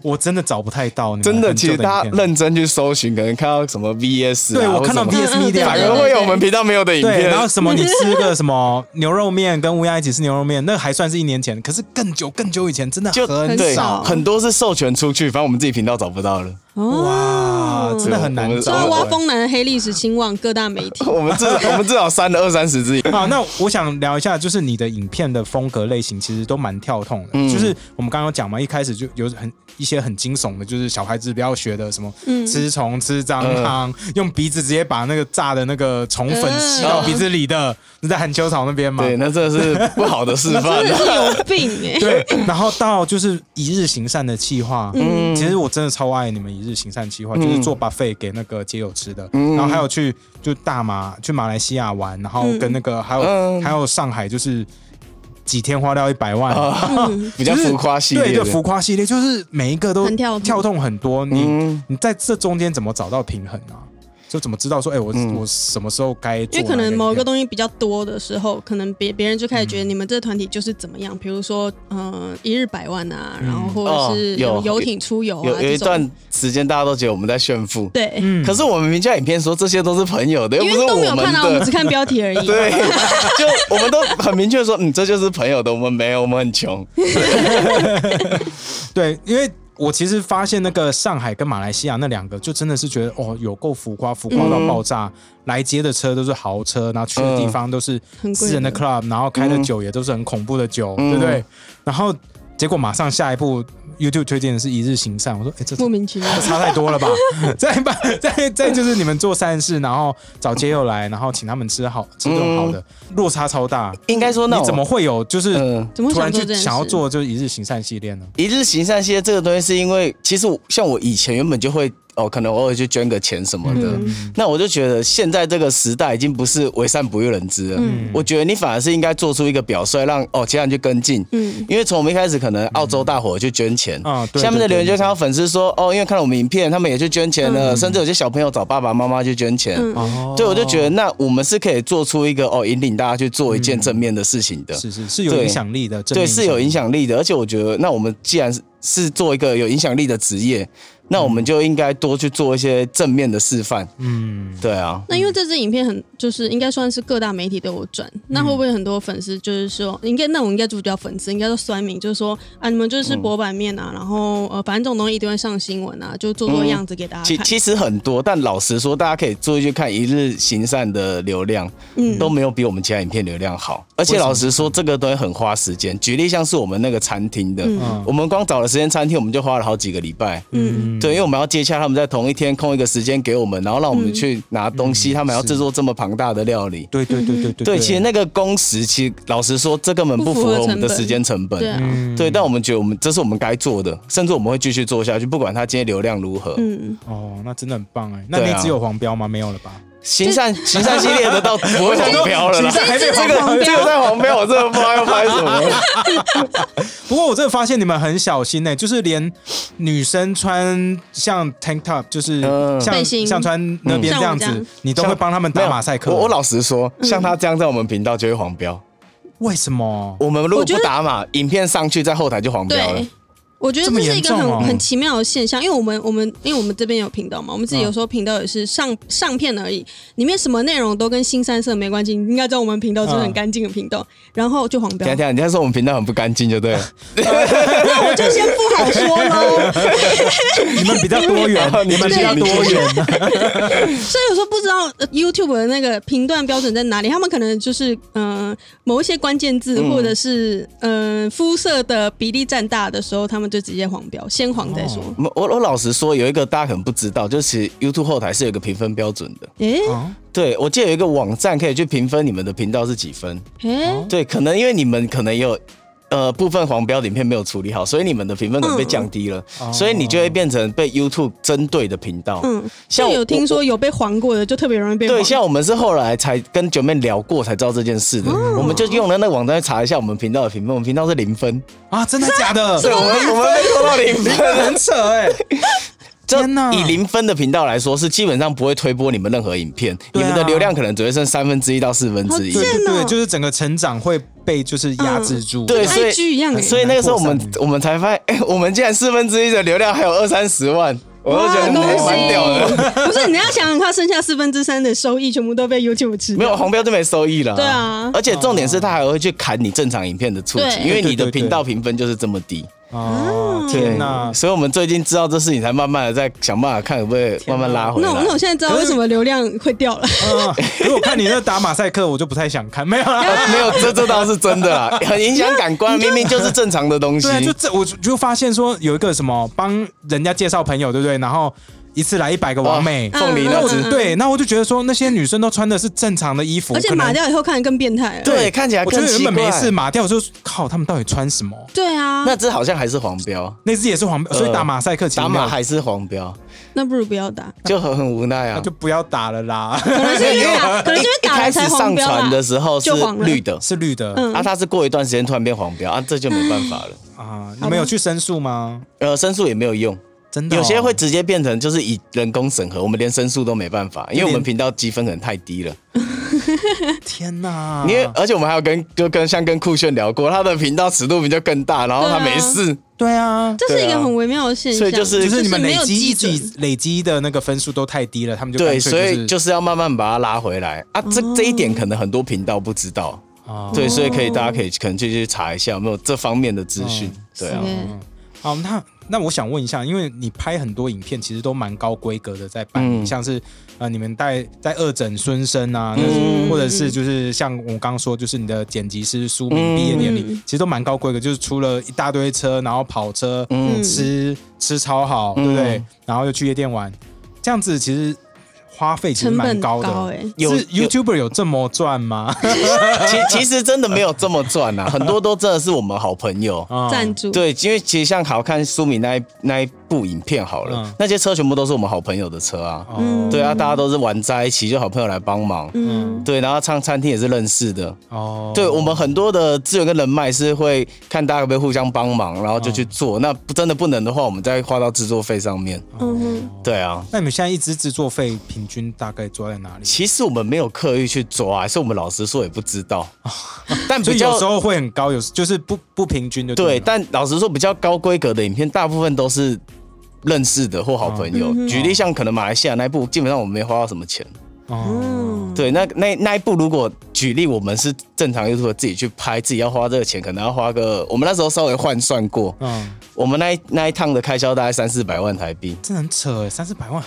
[SPEAKER 2] 我真的找不太到你们
[SPEAKER 5] 真的，
[SPEAKER 2] 很
[SPEAKER 5] 其
[SPEAKER 2] 旧
[SPEAKER 5] 实
[SPEAKER 2] 的影
[SPEAKER 5] 大家
[SPEAKER 2] 片。
[SPEAKER 5] 认真去搜寻，可能看到什么 VS，、啊、
[SPEAKER 2] 对我
[SPEAKER 5] 或
[SPEAKER 2] 看到
[SPEAKER 5] 什么
[SPEAKER 2] VS Media
[SPEAKER 5] 反
[SPEAKER 4] 对
[SPEAKER 5] 而
[SPEAKER 4] 对
[SPEAKER 5] 会
[SPEAKER 4] 对
[SPEAKER 5] 有我们频道没有的影
[SPEAKER 2] 对，
[SPEAKER 5] 片
[SPEAKER 2] 然。 后什么你吃个什么 牛肉面，跟乌鸦一起吃牛肉面，那还算是一年前，可是更久更久以前真的
[SPEAKER 5] 就
[SPEAKER 2] 很
[SPEAKER 5] 对，
[SPEAKER 2] 少
[SPEAKER 4] 少
[SPEAKER 5] 很多是授权出去，反正我们自己频道找不到了。
[SPEAKER 2] 哇，真的很难
[SPEAKER 5] 对
[SPEAKER 2] 找
[SPEAKER 4] 所以
[SPEAKER 5] 哦我
[SPEAKER 4] 挖风男的黑历史兴旺各大媒体。
[SPEAKER 5] 我们至我们至少删了二三十支。
[SPEAKER 2] 啊。那我想聊一下，就是你的影片的风格类型其实都蛮跳痛的，
[SPEAKER 5] 嗯
[SPEAKER 2] 就是我们刚刚讲嘛，一开始就有很一些很惊悚的，就是小孩子不要学的什么吃虫、吃蟑螂，
[SPEAKER 5] 嗯
[SPEAKER 2] 用鼻子直接把那个炸的那个虫粉吸到鼻子里的，你在含秋草那边嘛？
[SPEAKER 5] 哦对，那真的是不好的示范
[SPEAKER 4] 真。的是有病哎、
[SPEAKER 2] 对，然后到就是一日行善的计划，嗯，其实我真的超爱你们一日行善计划，
[SPEAKER 5] 嗯
[SPEAKER 2] 就是做 buffet 给那个街友吃的，然后还有去
[SPEAKER 4] 嗯
[SPEAKER 5] 嗯
[SPEAKER 2] 就大马去马来西亚玩，然后跟那个还有、还有上海就是。几天花掉一百万，
[SPEAKER 5] 啊比较浮夸系
[SPEAKER 2] 对，
[SPEAKER 5] 列
[SPEAKER 2] 就
[SPEAKER 5] 的，
[SPEAKER 2] 浮夸系列，就是每一个都
[SPEAKER 4] 很跳脱
[SPEAKER 2] 跳动很多。你、
[SPEAKER 5] 嗯
[SPEAKER 2] 你在这中间怎么找到平衡啊？就怎么知道说，哎、我、
[SPEAKER 5] 嗯
[SPEAKER 2] 我什么时候该做
[SPEAKER 4] 因
[SPEAKER 2] 哪
[SPEAKER 4] 为可能某一个
[SPEAKER 2] 西
[SPEAKER 4] 东西比较多的时候，可能别别人就开始觉得你们这团体就是怎么样，比如说，嗯，一日百万啊，然后或者是
[SPEAKER 5] 哦有
[SPEAKER 4] 有游艇出游啊，
[SPEAKER 5] 有有一
[SPEAKER 4] 这种
[SPEAKER 5] 段时间大家都觉得我们在炫富，
[SPEAKER 4] 对，
[SPEAKER 5] 可是我们明教影片说这些都是朋友的，又
[SPEAKER 4] 因
[SPEAKER 5] 不
[SPEAKER 4] 为
[SPEAKER 5] 是
[SPEAKER 4] 都没有
[SPEAKER 5] 们
[SPEAKER 4] 看啊到，我们
[SPEAKER 5] 的
[SPEAKER 4] 只。看标题而已。
[SPEAKER 5] 对，就我们都很明确说，嗯，这就是朋友的，我们没有，我们很穷。
[SPEAKER 2] 对，因为我其实发现那个上海跟马来西亚那两个，就真的是觉得哦，有够浮夸，浮夸到爆炸。
[SPEAKER 4] 嗯
[SPEAKER 2] 来接的车都是豪车，然后去的地方都是
[SPEAKER 4] 很贵嗯
[SPEAKER 2] 私人的
[SPEAKER 4] 的
[SPEAKER 2] club，然后开的
[SPEAKER 5] 嗯
[SPEAKER 2] 酒也都是很恐怖的酒，
[SPEAKER 5] 嗯
[SPEAKER 2] 对不对？然后结果马上下一步 YouTube 推荐的是一日行善，我说哎，这
[SPEAKER 4] 莫名其 妙。
[SPEAKER 2] 这差太多了 吧？再把再再就是你们做善事，然后找街友来，然后请他们吃好吃顿好的，
[SPEAKER 4] 嗯
[SPEAKER 2] 落差超大。
[SPEAKER 5] 应该说那
[SPEAKER 2] 你怎
[SPEAKER 5] 种
[SPEAKER 2] 么会有就是
[SPEAKER 5] 嗯
[SPEAKER 4] 怎么会
[SPEAKER 2] 突然
[SPEAKER 4] 想
[SPEAKER 2] 去
[SPEAKER 4] 做这件事嗯
[SPEAKER 2] 想要做就是一日行善系列呢？
[SPEAKER 5] 一日行善系列这个东西，是因为其实我像我以前原本就会哦，可能偶尔去捐个钱什么的。那我就觉得现在这个时代已经不是为善不欲人知了。
[SPEAKER 2] 嗯
[SPEAKER 5] 我觉得你反而是应该做出一个表率，让哦其他人去跟进。
[SPEAKER 4] 嗯，
[SPEAKER 5] 因为从我们一开始可能澳洲大火去捐钱，
[SPEAKER 2] 啊对
[SPEAKER 5] 下面的
[SPEAKER 2] 对对
[SPEAKER 5] 留言就看到粉丝说哦，因为看了我们影片，他们也去捐钱了，
[SPEAKER 2] 嗯
[SPEAKER 5] 甚至有些小朋友找爸爸妈妈去捐钱。
[SPEAKER 4] 嗯
[SPEAKER 2] 哦
[SPEAKER 5] 对，我就觉得那我们是可以做出一个哦，引领大家去做一件正面的事情的。
[SPEAKER 2] 嗯是是是有
[SPEAKER 5] 对
[SPEAKER 2] 影响力的，正
[SPEAKER 5] 对，
[SPEAKER 2] 面
[SPEAKER 5] 是有影
[SPEAKER 2] 力。
[SPEAKER 5] 响力的。而且我觉得，那我们既然是是做一个有影响力的职业，那我们就应该多去做一些正面的示范。
[SPEAKER 2] 嗯，
[SPEAKER 5] 对啊，
[SPEAKER 4] 那因为这支影片很就是应该算是各大媒体都有转，那会不会很多粉丝就是说，应该那我应该就不叫粉丝，应该都酸民，就是说啊，你们就是吃薄板面啊，然后呃，反正这种东西一定会上新闻啊，就做做样子给大家
[SPEAKER 5] 其
[SPEAKER 4] 看。
[SPEAKER 5] 其实很多，但老实说，大家可以注意去看一日行善的流量，
[SPEAKER 4] 嗯
[SPEAKER 5] 都没有比我们其他影片流量好。而且老实说，这个东西很花时间。举例像是我们那个餐厅的，
[SPEAKER 4] 嗯
[SPEAKER 5] 我们光找了时间餐厅，我们就花了好几个礼拜。
[SPEAKER 4] 嗯，
[SPEAKER 5] 对，因为我们要接洽他们在同一天空一个时间给我们，然后让我们
[SPEAKER 4] 嗯
[SPEAKER 5] 去拿东西，他们还要制作这么庞大的料理。
[SPEAKER 2] 对对对对对
[SPEAKER 5] 对，其实那个工时，其实老实说，这根本不符合我们的时间成本。
[SPEAKER 4] 对啊，
[SPEAKER 2] 嗯
[SPEAKER 5] 对但我们觉得我们这是我们该做的，甚至我们会继续做下去，不管它今天流量如何。
[SPEAKER 4] 嗯，
[SPEAKER 2] 哦，那真的很棒哎。那
[SPEAKER 5] 对
[SPEAKER 2] 你
[SPEAKER 5] 啊
[SPEAKER 2] 只有黄标吗？没有了吧？
[SPEAKER 5] 行善行善系列的到不会黄标了啦，
[SPEAKER 2] 行善还没有
[SPEAKER 5] 这
[SPEAKER 2] 黄
[SPEAKER 5] 个
[SPEAKER 2] 标
[SPEAKER 5] 这个在黄标，我真的不知道要拍什么。
[SPEAKER 2] 不过我真的发现你们很小心呢、欸就是连女生穿像 tank top，就是
[SPEAKER 5] 嗯
[SPEAKER 2] 像、
[SPEAKER 4] 背心嗯
[SPEAKER 2] 像穿那边这样
[SPEAKER 4] 像我这
[SPEAKER 2] 子
[SPEAKER 4] 样，
[SPEAKER 2] 你都会帮他们打马赛克。
[SPEAKER 5] 我我老实说，像他这样在我们频道就会黄标。
[SPEAKER 2] 为什么？
[SPEAKER 5] 我们如果
[SPEAKER 4] 我觉
[SPEAKER 5] 不
[SPEAKER 4] 得
[SPEAKER 5] 打码，影片上去在后台就黄标了
[SPEAKER 4] 对。。我觉得这是一
[SPEAKER 2] 这
[SPEAKER 4] 个
[SPEAKER 2] 么严
[SPEAKER 4] 很、
[SPEAKER 2] 重哦
[SPEAKER 4] 很奇妙的现象，因为我们我们因为我们这边有频道嘛，我们自己有时候频道也是上、上片而已，里面什么内容都跟新三色没关系。你应该知道我们频道是很干净的频道，然后就黄标
[SPEAKER 5] 等一下，等一下，你在说我们频道很不干净就对了。，
[SPEAKER 4] 那我就先不好说喽。
[SPEAKER 2] 你们比较多元 你
[SPEAKER 5] 你
[SPEAKER 2] 们
[SPEAKER 5] 们
[SPEAKER 2] 比较多元。
[SPEAKER 4] 所以有时候不知道呃 YouTube 的那个评断标准在哪里，他们可能就是呃某一些关键字、
[SPEAKER 5] 嗯
[SPEAKER 4] 或者是呃肤色的比例占大的时候，他们就直接黄标，先黄再说。
[SPEAKER 5] 我我我老实说，有一个大家可能不知道，就是其实 YouTube 后台是有一个评分标准的。
[SPEAKER 4] 诶
[SPEAKER 5] 对，我记得有一个网站可以去评分你们的频道是几分。
[SPEAKER 4] 诶，
[SPEAKER 5] 对，可能因为你们可能也有呃部分黄标影片没有处理好，所以你们的评分可能被降低了，所以你就会变成被 YouTube 针对的频道。
[SPEAKER 4] 哦嗯，
[SPEAKER 5] 像
[SPEAKER 4] 像
[SPEAKER 5] 我
[SPEAKER 4] 有听说有被黄过的，就特别容易被黄。
[SPEAKER 5] 对，像我们是后来才跟九妹聊过才知道这件事的，
[SPEAKER 4] 嗯
[SPEAKER 5] 我们就用了那个网站去查一下我们频道的评分，我们频道是零分，
[SPEAKER 2] 啊，真的假 的？
[SPEAKER 5] 对，我们我们被扣到零分，
[SPEAKER 2] 很 扯 哎、
[SPEAKER 5] 就
[SPEAKER 2] 天哪
[SPEAKER 5] 以零分的频道来说，是基本上不会推播你们任何影片，
[SPEAKER 2] 对
[SPEAKER 5] 你
[SPEAKER 2] 啊
[SPEAKER 5] 们的流量可能只会剩三分之一到四分之一
[SPEAKER 4] 好。
[SPEAKER 2] 对对
[SPEAKER 4] 天哪
[SPEAKER 2] 对，就是整个成长会被就是压制住。
[SPEAKER 5] 对，
[SPEAKER 4] 跟
[SPEAKER 5] 所以
[SPEAKER 4] IG 一样欸
[SPEAKER 5] 所以那个时候我
[SPEAKER 2] 很难
[SPEAKER 5] 们
[SPEAKER 2] 扩
[SPEAKER 5] 我们才发现，哎、我们竟然四分之一的流量还有二三十万，我都觉得
[SPEAKER 4] 啊
[SPEAKER 5] 嗯
[SPEAKER 4] 恭
[SPEAKER 5] 蛮
[SPEAKER 4] 喜
[SPEAKER 5] 蛮屌的。
[SPEAKER 4] 不是你要想想，他剩下四分之三的收益全部都被 YouTube 吃
[SPEAKER 5] 没
[SPEAKER 4] 掉。
[SPEAKER 5] 有黄标就没收益了、
[SPEAKER 4] 对啊
[SPEAKER 5] 而且重点是他还会去砍你正常影片的触及，
[SPEAKER 4] 对嗯
[SPEAKER 5] 因为你的
[SPEAKER 2] 哦对对对
[SPEAKER 5] 频道评分就是这么低。嗯
[SPEAKER 2] 哦，天哪！
[SPEAKER 5] 所以我们最近知道这事情，才慢慢的在想办法看可不可以慢慢拉回
[SPEAKER 4] 那
[SPEAKER 5] 来
[SPEAKER 4] 我。那我现在知道为什么流量会掉了。
[SPEAKER 2] 嗯，如果看你那打马赛克，我就不太想看，没有啦。
[SPEAKER 5] 啊没有，这这倒是真 的啦，很影响感官，明明 就是正
[SPEAKER 2] 啊
[SPEAKER 5] 常的东西
[SPEAKER 2] 对。啊，就这我就就发现说有一个什么帮人家介绍朋友，对不对？然后一次来一百个完美。
[SPEAKER 5] 凤梨那只
[SPEAKER 4] 嗯嗯嗯
[SPEAKER 2] 对，那我就觉得说那些女生都穿的是正常的衣服，
[SPEAKER 4] 而且
[SPEAKER 2] 可能
[SPEAKER 4] 码掉以后看得更变态了。
[SPEAKER 5] 对，看起来
[SPEAKER 2] 我觉
[SPEAKER 5] 更
[SPEAKER 2] 得
[SPEAKER 5] 奇
[SPEAKER 2] 原
[SPEAKER 5] 怪。
[SPEAKER 2] 本没事码掉，我就靠他们到底穿什么？
[SPEAKER 4] 对啊，
[SPEAKER 5] 那只好像还是黄标，
[SPEAKER 2] 那只也是黄标，所以打马赛克其实
[SPEAKER 5] 呃打
[SPEAKER 2] 没有
[SPEAKER 5] 码还是黄标，
[SPEAKER 4] 那不如不要打。
[SPEAKER 5] 就很很无奈啊
[SPEAKER 2] 那。就不要打了啦，
[SPEAKER 5] 嗯
[SPEAKER 4] 可能是因为打，可能是 因为
[SPEAKER 5] 啊一
[SPEAKER 4] 打
[SPEAKER 5] 开
[SPEAKER 4] 了
[SPEAKER 5] 始
[SPEAKER 4] 才黄
[SPEAKER 5] 上
[SPEAKER 4] 标啦
[SPEAKER 5] 传。的时候是
[SPEAKER 4] 就黄了
[SPEAKER 5] 绿 的，
[SPEAKER 2] 是绿的
[SPEAKER 4] 嗯
[SPEAKER 5] 啊，它是过一段时间突然变黄标啊，这就没办法了。
[SPEAKER 2] 啊。你们有去申诉吗？
[SPEAKER 4] 嗯
[SPEAKER 5] 呃，申诉也没有用，
[SPEAKER 2] 真的哦，
[SPEAKER 5] 有些会直接变成就是以人工审核，我们连申诉都没办法，因为我们
[SPEAKER 2] 连
[SPEAKER 5] 频道积分可能太低了。
[SPEAKER 2] 天哪，
[SPEAKER 5] 因为呃而且我们还有跟就跟像跟酷炫聊过，他的频道尺度比较更大，然后
[SPEAKER 4] 对
[SPEAKER 5] 他
[SPEAKER 4] 啊
[SPEAKER 5] 没事，
[SPEAKER 2] 对啊，
[SPEAKER 4] 这是一个很微妙的现象，
[SPEAKER 5] 所以就是
[SPEAKER 2] 就是你们
[SPEAKER 4] 没
[SPEAKER 2] 累
[SPEAKER 4] 有
[SPEAKER 2] 积
[SPEAKER 4] 基
[SPEAKER 2] 自
[SPEAKER 4] 准。
[SPEAKER 2] 己累积的那个分数都太低了，他们就
[SPEAKER 5] 对，
[SPEAKER 2] 干脆
[SPEAKER 5] 所以
[SPEAKER 2] 就
[SPEAKER 5] 就是要慢慢把它拉回来啊。
[SPEAKER 4] 哦
[SPEAKER 5] 这这一点可能很多频道不知道，
[SPEAKER 2] 啊
[SPEAKER 5] 对，所以可以大家可以可能就去查一下有没有这方面的资讯，
[SPEAKER 4] 哦
[SPEAKER 5] 对啊。
[SPEAKER 4] 对
[SPEAKER 2] 嗯好，那那我想问一下，因为你拍很多影片，其实都蛮高规格的在办，
[SPEAKER 5] 嗯
[SPEAKER 2] 像是呃你们带在二诊孙生啊，那或者是就是像我刚刚说，就是你的剪辑师苏明毕业典礼，其实都蛮高规格，就是出了一大堆车，然后跑车，
[SPEAKER 5] 嗯
[SPEAKER 2] 吃吃超好，对不对？然后又去夜店玩，这样子其实。花费其实
[SPEAKER 4] 成
[SPEAKER 2] 蛮
[SPEAKER 4] 本
[SPEAKER 2] 高的，
[SPEAKER 4] 高欸
[SPEAKER 5] 有
[SPEAKER 2] 是 YouTuber 有这么赚吗？
[SPEAKER 5] 其 其实真的没有这么赚 啊，很多都真的是我们好朋友。
[SPEAKER 2] 啊
[SPEAKER 4] 赞助，
[SPEAKER 5] 对，因为其实像好看苏米那一那一部影片好了，
[SPEAKER 2] 嗯
[SPEAKER 5] 那些车全部都是我们好朋友的车啊。
[SPEAKER 2] 哦
[SPEAKER 5] 对啊，大家都是玩在一起，就好朋友来帮忙。
[SPEAKER 4] 嗯，
[SPEAKER 5] 对，然后唱餐厅也是认识的。
[SPEAKER 2] 哦，
[SPEAKER 5] 对我们很多的资源跟人脉是会看大家可不可以互相帮忙，然后就去
[SPEAKER 2] 嗯
[SPEAKER 5] 做。那不真的不能的话，我们再花到制作费上面。
[SPEAKER 4] 嗯哼，
[SPEAKER 5] 对啊，
[SPEAKER 2] 那你们现在一支制作费平均大概抓在哪里？
[SPEAKER 5] 其实我们没有刻意去抓，是我们老实说也不知 道。但
[SPEAKER 2] 所
[SPEAKER 5] 比
[SPEAKER 2] 以
[SPEAKER 5] 较
[SPEAKER 2] 有时候会很高，有时就是不不平均的。
[SPEAKER 5] 对，但老实说，比较高规格的影片，大部分都是认识的或好朋
[SPEAKER 2] 嗯
[SPEAKER 5] 友。举例像可能马来西亚那一部，基本上我们没花到什么钱。
[SPEAKER 2] 哦，
[SPEAKER 5] 对，那那那一部如果举例，我们是正常 YouTube 自己去拍，自己要花这个钱，可能要花个，我们那时候稍微换算过，
[SPEAKER 2] 嗯，
[SPEAKER 5] 我们那一那一趟的开销大概三四百万台币。
[SPEAKER 2] 这很扯欸，三四百万，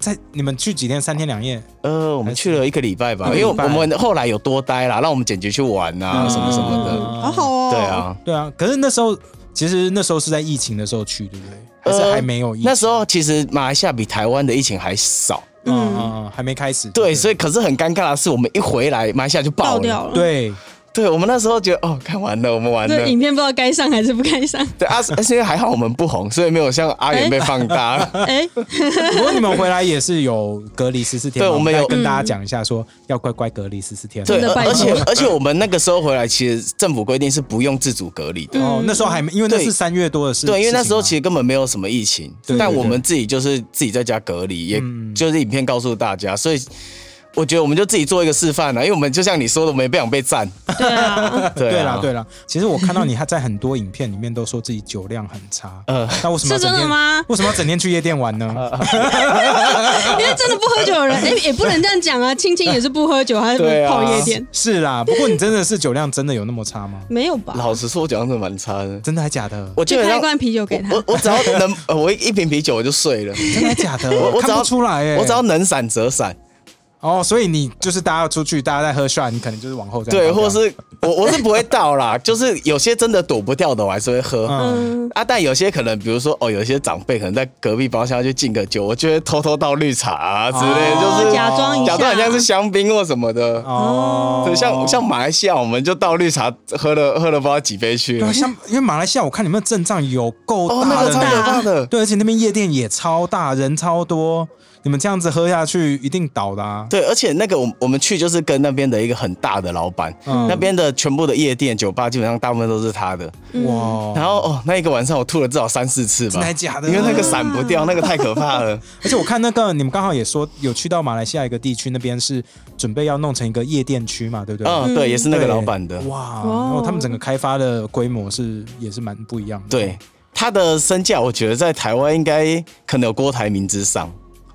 [SPEAKER 2] 在你们去几天？三天两夜？
[SPEAKER 5] 呃，我们去了一个礼拜吧，
[SPEAKER 2] 一个
[SPEAKER 5] 因为
[SPEAKER 2] 礼
[SPEAKER 5] 我
[SPEAKER 2] 哦拜
[SPEAKER 5] 们后来有多待啦，让我们剪辑去玩啊，什么什么的。
[SPEAKER 2] 嗯
[SPEAKER 4] 好好哦，
[SPEAKER 5] 对，啊，
[SPEAKER 2] 对啊，可是那时候其实那时候是在疫情的时候去，对不对？还是还没有疫情？
[SPEAKER 5] 呃那时候其实马来西亚比台湾的疫情还少。
[SPEAKER 2] 嗯嗯嗯，还没开始。
[SPEAKER 5] 对，
[SPEAKER 2] 不
[SPEAKER 5] 所以嗯可是很尴尬的是，我们一回来，马来西亚就爆
[SPEAKER 4] 爆
[SPEAKER 5] 了。
[SPEAKER 4] 掉了，，
[SPEAKER 2] 对，
[SPEAKER 5] 对，我们那时候觉得哦，看完了，我们完
[SPEAKER 4] 这
[SPEAKER 5] 了。
[SPEAKER 4] 影片不知道该上还是不该 上，
[SPEAKER 5] 对啊，而且还好我们不红，所以没有像阿元被放大。
[SPEAKER 4] 哎，
[SPEAKER 2] 不过你们回来也是有隔离十四天嘛，
[SPEAKER 5] 对我们
[SPEAKER 2] 再
[SPEAKER 5] 有嗯
[SPEAKER 2] 跟大家讲一下，说要乖乖隔离十四天。
[SPEAKER 5] 对，
[SPEAKER 4] 真的
[SPEAKER 5] 而
[SPEAKER 4] 拜
[SPEAKER 5] 而
[SPEAKER 4] 托
[SPEAKER 5] 且而且我们那个时候回来，其实政府规定是不用自主隔离的。
[SPEAKER 2] 哦，那时候还没，因为那
[SPEAKER 5] 对
[SPEAKER 2] 是三月多的事。
[SPEAKER 5] 对，因为那时候
[SPEAKER 2] 事
[SPEAKER 5] 其
[SPEAKER 2] 情
[SPEAKER 5] 实根本没有什么疫情，
[SPEAKER 2] 对对
[SPEAKER 5] 但
[SPEAKER 2] 对
[SPEAKER 5] 我们自己就是自己在家隔离，也就是影片告诉大家，所以我觉得我们就自己做一个示范了、啊因为我们就像你说的，我们也不想被赞。
[SPEAKER 4] 对啊，
[SPEAKER 5] 对
[SPEAKER 2] 对
[SPEAKER 5] 啊
[SPEAKER 2] 啦，对啦，其实我看到你他在很多影片里面都说自己酒量很差，
[SPEAKER 5] 呃
[SPEAKER 2] 那为什么要
[SPEAKER 4] 是真
[SPEAKER 2] 整
[SPEAKER 4] 的
[SPEAKER 2] 天
[SPEAKER 4] 吗
[SPEAKER 2] 为什么要整天去夜店玩呢？
[SPEAKER 4] 因为真的不喝酒的人，哎，也不能这样讲啊，青青也是不喝酒，还
[SPEAKER 5] 对啊
[SPEAKER 4] 跑夜店，
[SPEAKER 2] 是啦，不过你真的是酒量真的有那么差吗？
[SPEAKER 4] 没有吧？
[SPEAKER 5] 老实说，我讲真的蛮差的，
[SPEAKER 2] 真的还假的？
[SPEAKER 5] 我基
[SPEAKER 4] 去
[SPEAKER 5] 本
[SPEAKER 4] 开
[SPEAKER 5] 上
[SPEAKER 4] 一罐啤酒给他
[SPEAKER 5] 我，我我只要能， 呃我一瓶啤酒我就睡 了。
[SPEAKER 2] 真的还假的？
[SPEAKER 5] 我我只
[SPEAKER 2] 看
[SPEAKER 5] 要
[SPEAKER 2] 不出来哎，
[SPEAKER 5] 我只要能闪则闪，
[SPEAKER 2] 哦，所以你就是大家出去，大家在喝 shot，你可能就是往后再
[SPEAKER 5] 对，
[SPEAKER 2] 倒掉
[SPEAKER 5] 或是我我是不会倒啦， 就是有些真的躲不掉的，我还是会喝。
[SPEAKER 2] 嗯，
[SPEAKER 5] 啊，但有些可能，比如说哦，有些长辈可能在隔壁包厢就敬个酒，我就会偷偷倒绿茶啊之类的，
[SPEAKER 4] 哦
[SPEAKER 5] 就是
[SPEAKER 4] 假装一
[SPEAKER 5] 假
[SPEAKER 4] 下，
[SPEAKER 5] 装很像是香槟或什么的。
[SPEAKER 2] 哦，
[SPEAKER 5] 对，像像马来西亚，我们就倒绿茶喝了喝了不知道几杯去
[SPEAKER 2] 对
[SPEAKER 5] 了
[SPEAKER 2] 啊，。像因为马来西亚，我看你们阵仗有够
[SPEAKER 5] 哦，
[SPEAKER 2] 大
[SPEAKER 5] 那个
[SPEAKER 2] 的
[SPEAKER 5] 超
[SPEAKER 2] 呢
[SPEAKER 5] 可怕的。
[SPEAKER 2] 对，而且那边夜店也超大，人超多，你们这样子喝下去一定倒的啊。
[SPEAKER 5] 对，而且那个我我们去就是跟那边的一个很大的老板，
[SPEAKER 2] 嗯
[SPEAKER 5] 那边的全部的夜店酒吧基本上大部分都是他的。
[SPEAKER 2] 哇，
[SPEAKER 5] 嗯然后哦，那一个晚上我吐了至少三四次吧
[SPEAKER 2] 真的，假的？
[SPEAKER 5] 因为那个散不掉，那个太可怕了。
[SPEAKER 2] 而且我看那个你们刚好也说有去到马来西亚一个地区，那边是准备要弄成一个夜店区嘛，对 不对？
[SPEAKER 5] 嗯，对，也是那个
[SPEAKER 2] 对
[SPEAKER 5] 老板的。
[SPEAKER 2] 哇，
[SPEAKER 4] 哇
[SPEAKER 2] 然后他们整个开发的规模是也是蛮不一样的。
[SPEAKER 5] 对，他的身价，我觉得在台湾应该可能有郭台铭之上。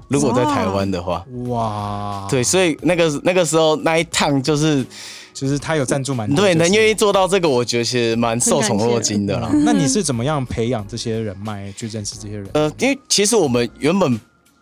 [SPEAKER 5] 如果在台湾的话，
[SPEAKER 2] 哇，，
[SPEAKER 5] 对，所以那个那个时候那一趟就是
[SPEAKER 2] 就是他有赞助蛮多。
[SPEAKER 5] 对能愿
[SPEAKER 2] 意。
[SPEAKER 5] 意做到这个，我觉得其实蛮受宠若惊的啦。
[SPEAKER 2] 嗯那你是怎么样培养这些人脉去认识这些人？
[SPEAKER 5] 呃，因为其实我们原本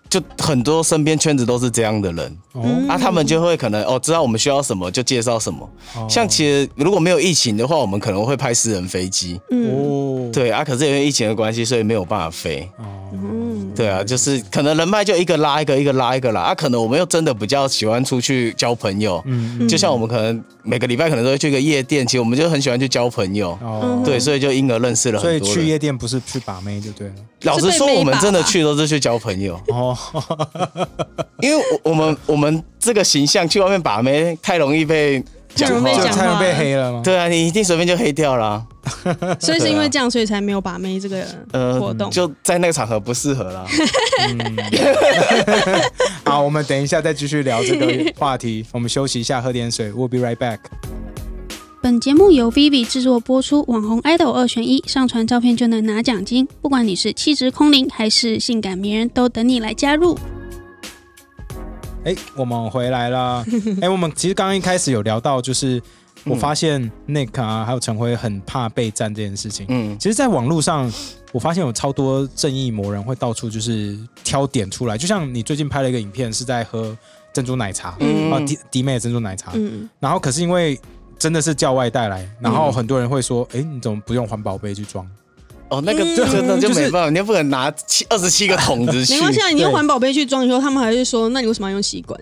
[SPEAKER 5] 就很多身边圈子都是这样的人，
[SPEAKER 2] 哦，
[SPEAKER 5] 啊，他们就会可能哦，知道我们需要什么就介绍什么。
[SPEAKER 2] 哦
[SPEAKER 5] 像其实如果没有疫情的话，我们可能会派私人飞机，
[SPEAKER 2] 哦，
[SPEAKER 5] 嗯对啊，可是因为疫情的关系，所以没有办法飞。
[SPEAKER 2] 哦，
[SPEAKER 4] 嗯
[SPEAKER 5] 对啊，就是可能人脉就一个拉一个，一个拉一个拉。啊，可能我们又真的比较喜欢出去交朋友，
[SPEAKER 2] 嗯，
[SPEAKER 5] 就像我们可能每个礼拜可能都会去一个夜店，其实我们就很喜欢去交朋友。
[SPEAKER 4] 嗯
[SPEAKER 2] 哦，
[SPEAKER 5] 对，所以就因而认识了
[SPEAKER 2] 所
[SPEAKER 5] 很
[SPEAKER 2] 以
[SPEAKER 5] 多
[SPEAKER 2] 去
[SPEAKER 5] 人。
[SPEAKER 2] 夜店不是去把妹就对了。
[SPEAKER 5] 老实说，我们真的去都是去交朋友，
[SPEAKER 2] 哦，
[SPEAKER 5] 因为我我们我们这个形象去外面把妹太容易被
[SPEAKER 4] 太
[SPEAKER 5] 讲
[SPEAKER 4] 容易
[SPEAKER 5] 话
[SPEAKER 4] 被
[SPEAKER 2] 就
[SPEAKER 4] 讲
[SPEAKER 5] 了。
[SPEAKER 2] 蔡伦被黑了吗？
[SPEAKER 5] 对啊，你一定随便就黑掉啦，
[SPEAKER 4] 所以是因为这样，所以才没有把妹这个
[SPEAKER 5] 啊呃
[SPEAKER 4] 活动。
[SPEAKER 5] 就在那个场合不适合啦。
[SPEAKER 2] 好，我们等一下再继续聊这个话题，我们休息一下，喝点水。We'll be right back。
[SPEAKER 6] 本节目由 Vivi 制作播出，网红 idol 二选一，上传照片就能拿奖金。不管你是气质空灵还是性感迷人，都等你来加入。
[SPEAKER 2] 哎，我们回来啦。哎，我们其实刚刚一开始有聊到，就是我发现 Nick 啊，还有陈辉很怕被占这件事情。
[SPEAKER 5] 嗯，
[SPEAKER 2] 其实，在网络上，我发现有超多正义魔人会到处就是挑点出来，就像你最近拍了一个影片，是在喝珍珠奶茶，
[SPEAKER 5] 嗯
[SPEAKER 2] 啊，弟弟妹的珍珠奶茶，
[SPEAKER 4] 嗯，
[SPEAKER 2] 然后可是因为真的是叫外带来，然后很多人会说，哎、你怎么不用环保杯去装？
[SPEAKER 5] 哦，那个真的就没办法，你又不可能拿七二十七个桶子去
[SPEAKER 4] 没。关系啊，你用环保杯去装以后，他们还是说，那你为什么要用吸管？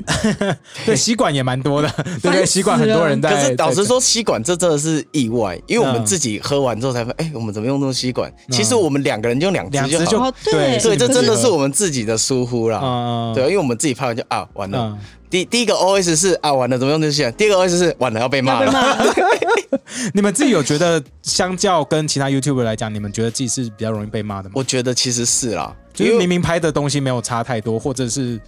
[SPEAKER 2] 对，吸管也蛮多的，对不对？
[SPEAKER 4] 烦死
[SPEAKER 2] 吸管很多人在。
[SPEAKER 5] 可是老实
[SPEAKER 2] 在，
[SPEAKER 5] 说，吸管这真的是意外，因为我们
[SPEAKER 2] 嗯
[SPEAKER 5] 自己喝完之后才发现，哎、我们怎么用这种吸管？其实我们两个人就用两
[SPEAKER 2] 两
[SPEAKER 5] 只
[SPEAKER 2] 只
[SPEAKER 5] 就好了。
[SPEAKER 2] 就
[SPEAKER 4] 哦对
[SPEAKER 5] 对，这真的是我
[SPEAKER 2] 们
[SPEAKER 5] 们自己的疏忽啦。
[SPEAKER 2] 啊
[SPEAKER 5] 对，因为我们自己拍完就啊，完了。
[SPEAKER 2] 嗯
[SPEAKER 5] 第第一个 OS 是啊，完了，怎么用这些？第二个 OS 是完了，要被骂
[SPEAKER 4] 要被
[SPEAKER 5] 了。
[SPEAKER 4] 骂了。
[SPEAKER 2] 你们自己有觉得，相较跟其他 YouTuber 来讲，你们觉得自己是比较容易被骂的吗？
[SPEAKER 5] 我觉得其实是啦，
[SPEAKER 2] 就是明明拍的东西没有差太多，或者是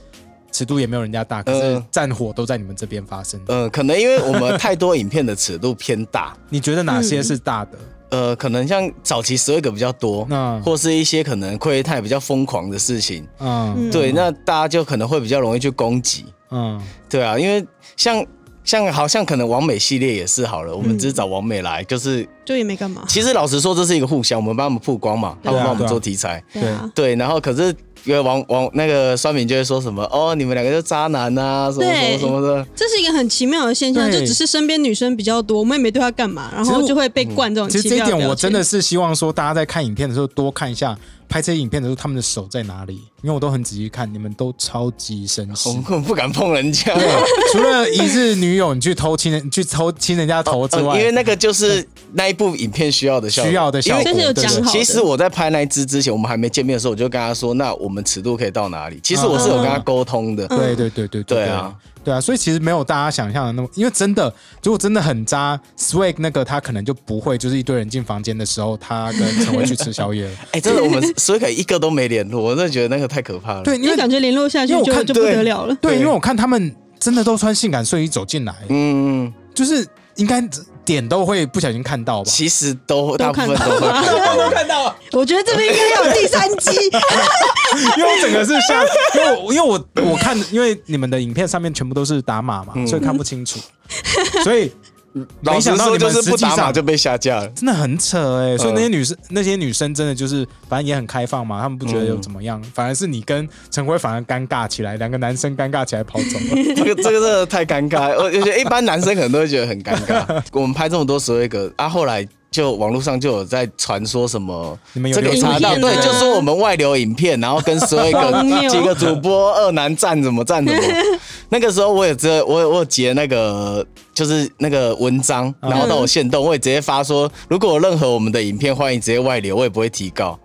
[SPEAKER 2] 尺度也没有人家大，可是
[SPEAKER 5] 嗯
[SPEAKER 2] 战火都在你们这边发生。
[SPEAKER 5] 呃，可能因为我们太多影片的尺度偏大，
[SPEAKER 2] 你觉得哪些是大的？
[SPEAKER 5] 呃，可能像早期十二个比较多，
[SPEAKER 2] 嗯
[SPEAKER 5] 或是一些可能窥探比较疯狂的事情，
[SPEAKER 2] 嗯
[SPEAKER 5] 对，那大家就可能会比较容易去攻击，
[SPEAKER 2] 嗯
[SPEAKER 5] 对啊，因为像像好像可能王美系列也是好了，我们只是找王美来，就是
[SPEAKER 4] 就也没干嘛。
[SPEAKER 5] 其实老实说，这是一个互相，我们帮他们曝光嘛，他
[SPEAKER 2] 啊
[SPEAKER 5] 们帮我们做题材，
[SPEAKER 4] 对啊，
[SPEAKER 5] 对，然后可是。因为王王那个酸敏就会说什么哦，你们两个就渣男啊，什么什么
[SPEAKER 4] 对
[SPEAKER 5] 什么的，
[SPEAKER 4] 这是一个很奇妙的现象，
[SPEAKER 2] 对
[SPEAKER 4] 就只是身边女生比较多，我们也没对她干嘛，然
[SPEAKER 2] 其实
[SPEAKER 4] 后
[SPEAKER 2] 我嗯
[SPEAKER 4] 就会被灌这种
[SPEAKER 2] 其实
[SPEAKER 4] 奇
[SPEAKER 2] 这
[SPEAKER 4] 妙
[SPEAKER 2] 一
[SPEAKER 4] 标
[SPEAKER 2] 点我
[SPEAKER 4] 签
[SPEAKER 2] 真的是希望说，大家在看影片的时候多看一下拍这些影片的时候他们的手在哪里，因为我都很仔细看，你们都超级绅
[SPEAKER 5] 我们
[SPEAKER 2] 士。
[SPEAKER 5] 根本不敢碰人家。
[SPEAKER 2] 除了一日女友你去偷亲人、去偷亲人家头之
[SPEAKER 5] 嗯
[SPEAKER 2] 外，
[SPEAKER 5] 因为那个就是那一部影片需要的效果，
[SPEAKER 2] 需要的效果
[SPEAKER 5] 因为
[SPEAKER 4] 但是有讲好的
[SPEAKER 5] 其实我在拍那一支之前，我们还没见面的时候，我就跟他说，那我们尺度可以到哪里？其实我是有跟他沟通的，
[SPEAKER 2] 啊对对对嗯对
[SPEAKER 5] 对啊，
[SPEAKER 2] 对啊，所以其实没有大家想象的那么，因为真的，如果真的很渣，Swag 那个他可能就不会，就是一堆人进房间的时候，他跟陈伟去吃宵夜了。
[SPEAKER 5] 哎、真的，我们所以可以一个都没联络，我真的觉得那个太可怕了。
[SPEAKER 2] 对，
[SPEAKER 4] 因
[SPEAKER 2] 因
[SPEAKER 4] 为
[SPEAKER 2] 为
[SPEAKER 4] 感觉联络下去
[SPEAKER 2] 因为我
[SPEAKER 4] 就
[SPEAKER 2] 看
[SPEAKER 4] 就不得了了。
[SPEAKER 2] 对，因为我看他们真的都穿性感睡衣走进来，
[SPEAKER 5] 嗯，嗯，
[SPEAKER 2] 就是应该点都会不小心看到吧。
[SPEAKER 5] 其实都大
[SPEAKER 4] 都看
[SPEAKER 5] 部分
[SPEAKER 4] 到
[SPEAKER 5] 都会看到
[SPEAKER 4] 我觉得这边应该要有第三集，
[SPEAKER 2] 因为我整个是像，因为我因为我我看，因为你们的影片上面全部都是打码嘛，所以看不清楚，所 以
[SPEAKER 5] 老
[SPEAKER 2] 没
[SPEAKER 5] 实
[SPEAKER 2] 想到
[SPEAKER 5] 说，
[SPEAKER 2] 你
[SPEAKER 5] 就
[SPEAKER 2] 们
[SPEAKER 5] 是
[SPEAKER 2] 嗯实
[SPEAKER 5] 不
[SPEAKER 2] 际
[SPEAKER 5] 打
[SPEAKER 2] 上
[SPEAKER 5] 码就被下架了。
[SPEAKER 2] 真的很扯哎、
[SPEAKER 5] 嗯
[SPEAKER 2] 所以那些女生、那些女生真的就是，反正也很开放嘛，她们不觉得有怎么样，
[SPEAKER 5] 嗯
[SPEAKER 2] 反而是你跟陈辉反而尴尬起来，两个男生尴尬起来跑走 了。
[SPEAKER 5] 这个这个真的太尴尬，我我觉得一般男生可能都会觉得很尴尬。我们拍这么多所谓个啊，后来就网络上就有在传说什么，
[SPEAKER 2] 你们有
[SPEAKER 5] 这个
[SPEAKER 2] 流
[SPEAKER 5] 查到
[SPEAKER 4] 影片
[SPEAKER 5] 对，
[SPEAKER 4] 啊
[SPEAKER 5] 就说我们外流影片，然后跟所有
[SPEAKER 4] 荒
[SPEAKER 5] 个
[SPEAKER 4] 谬
[SPEAKER 5] 几个主播二男战怎么战怎么。那个时候我也只有我有我有截那个就是那个文章，然后到
[SPEAKER 4] 嗯
[SPEAKER 5] 我线动，我也直接发说，如果有任何我们的影片，欢迎直接外流，我也不会提 告。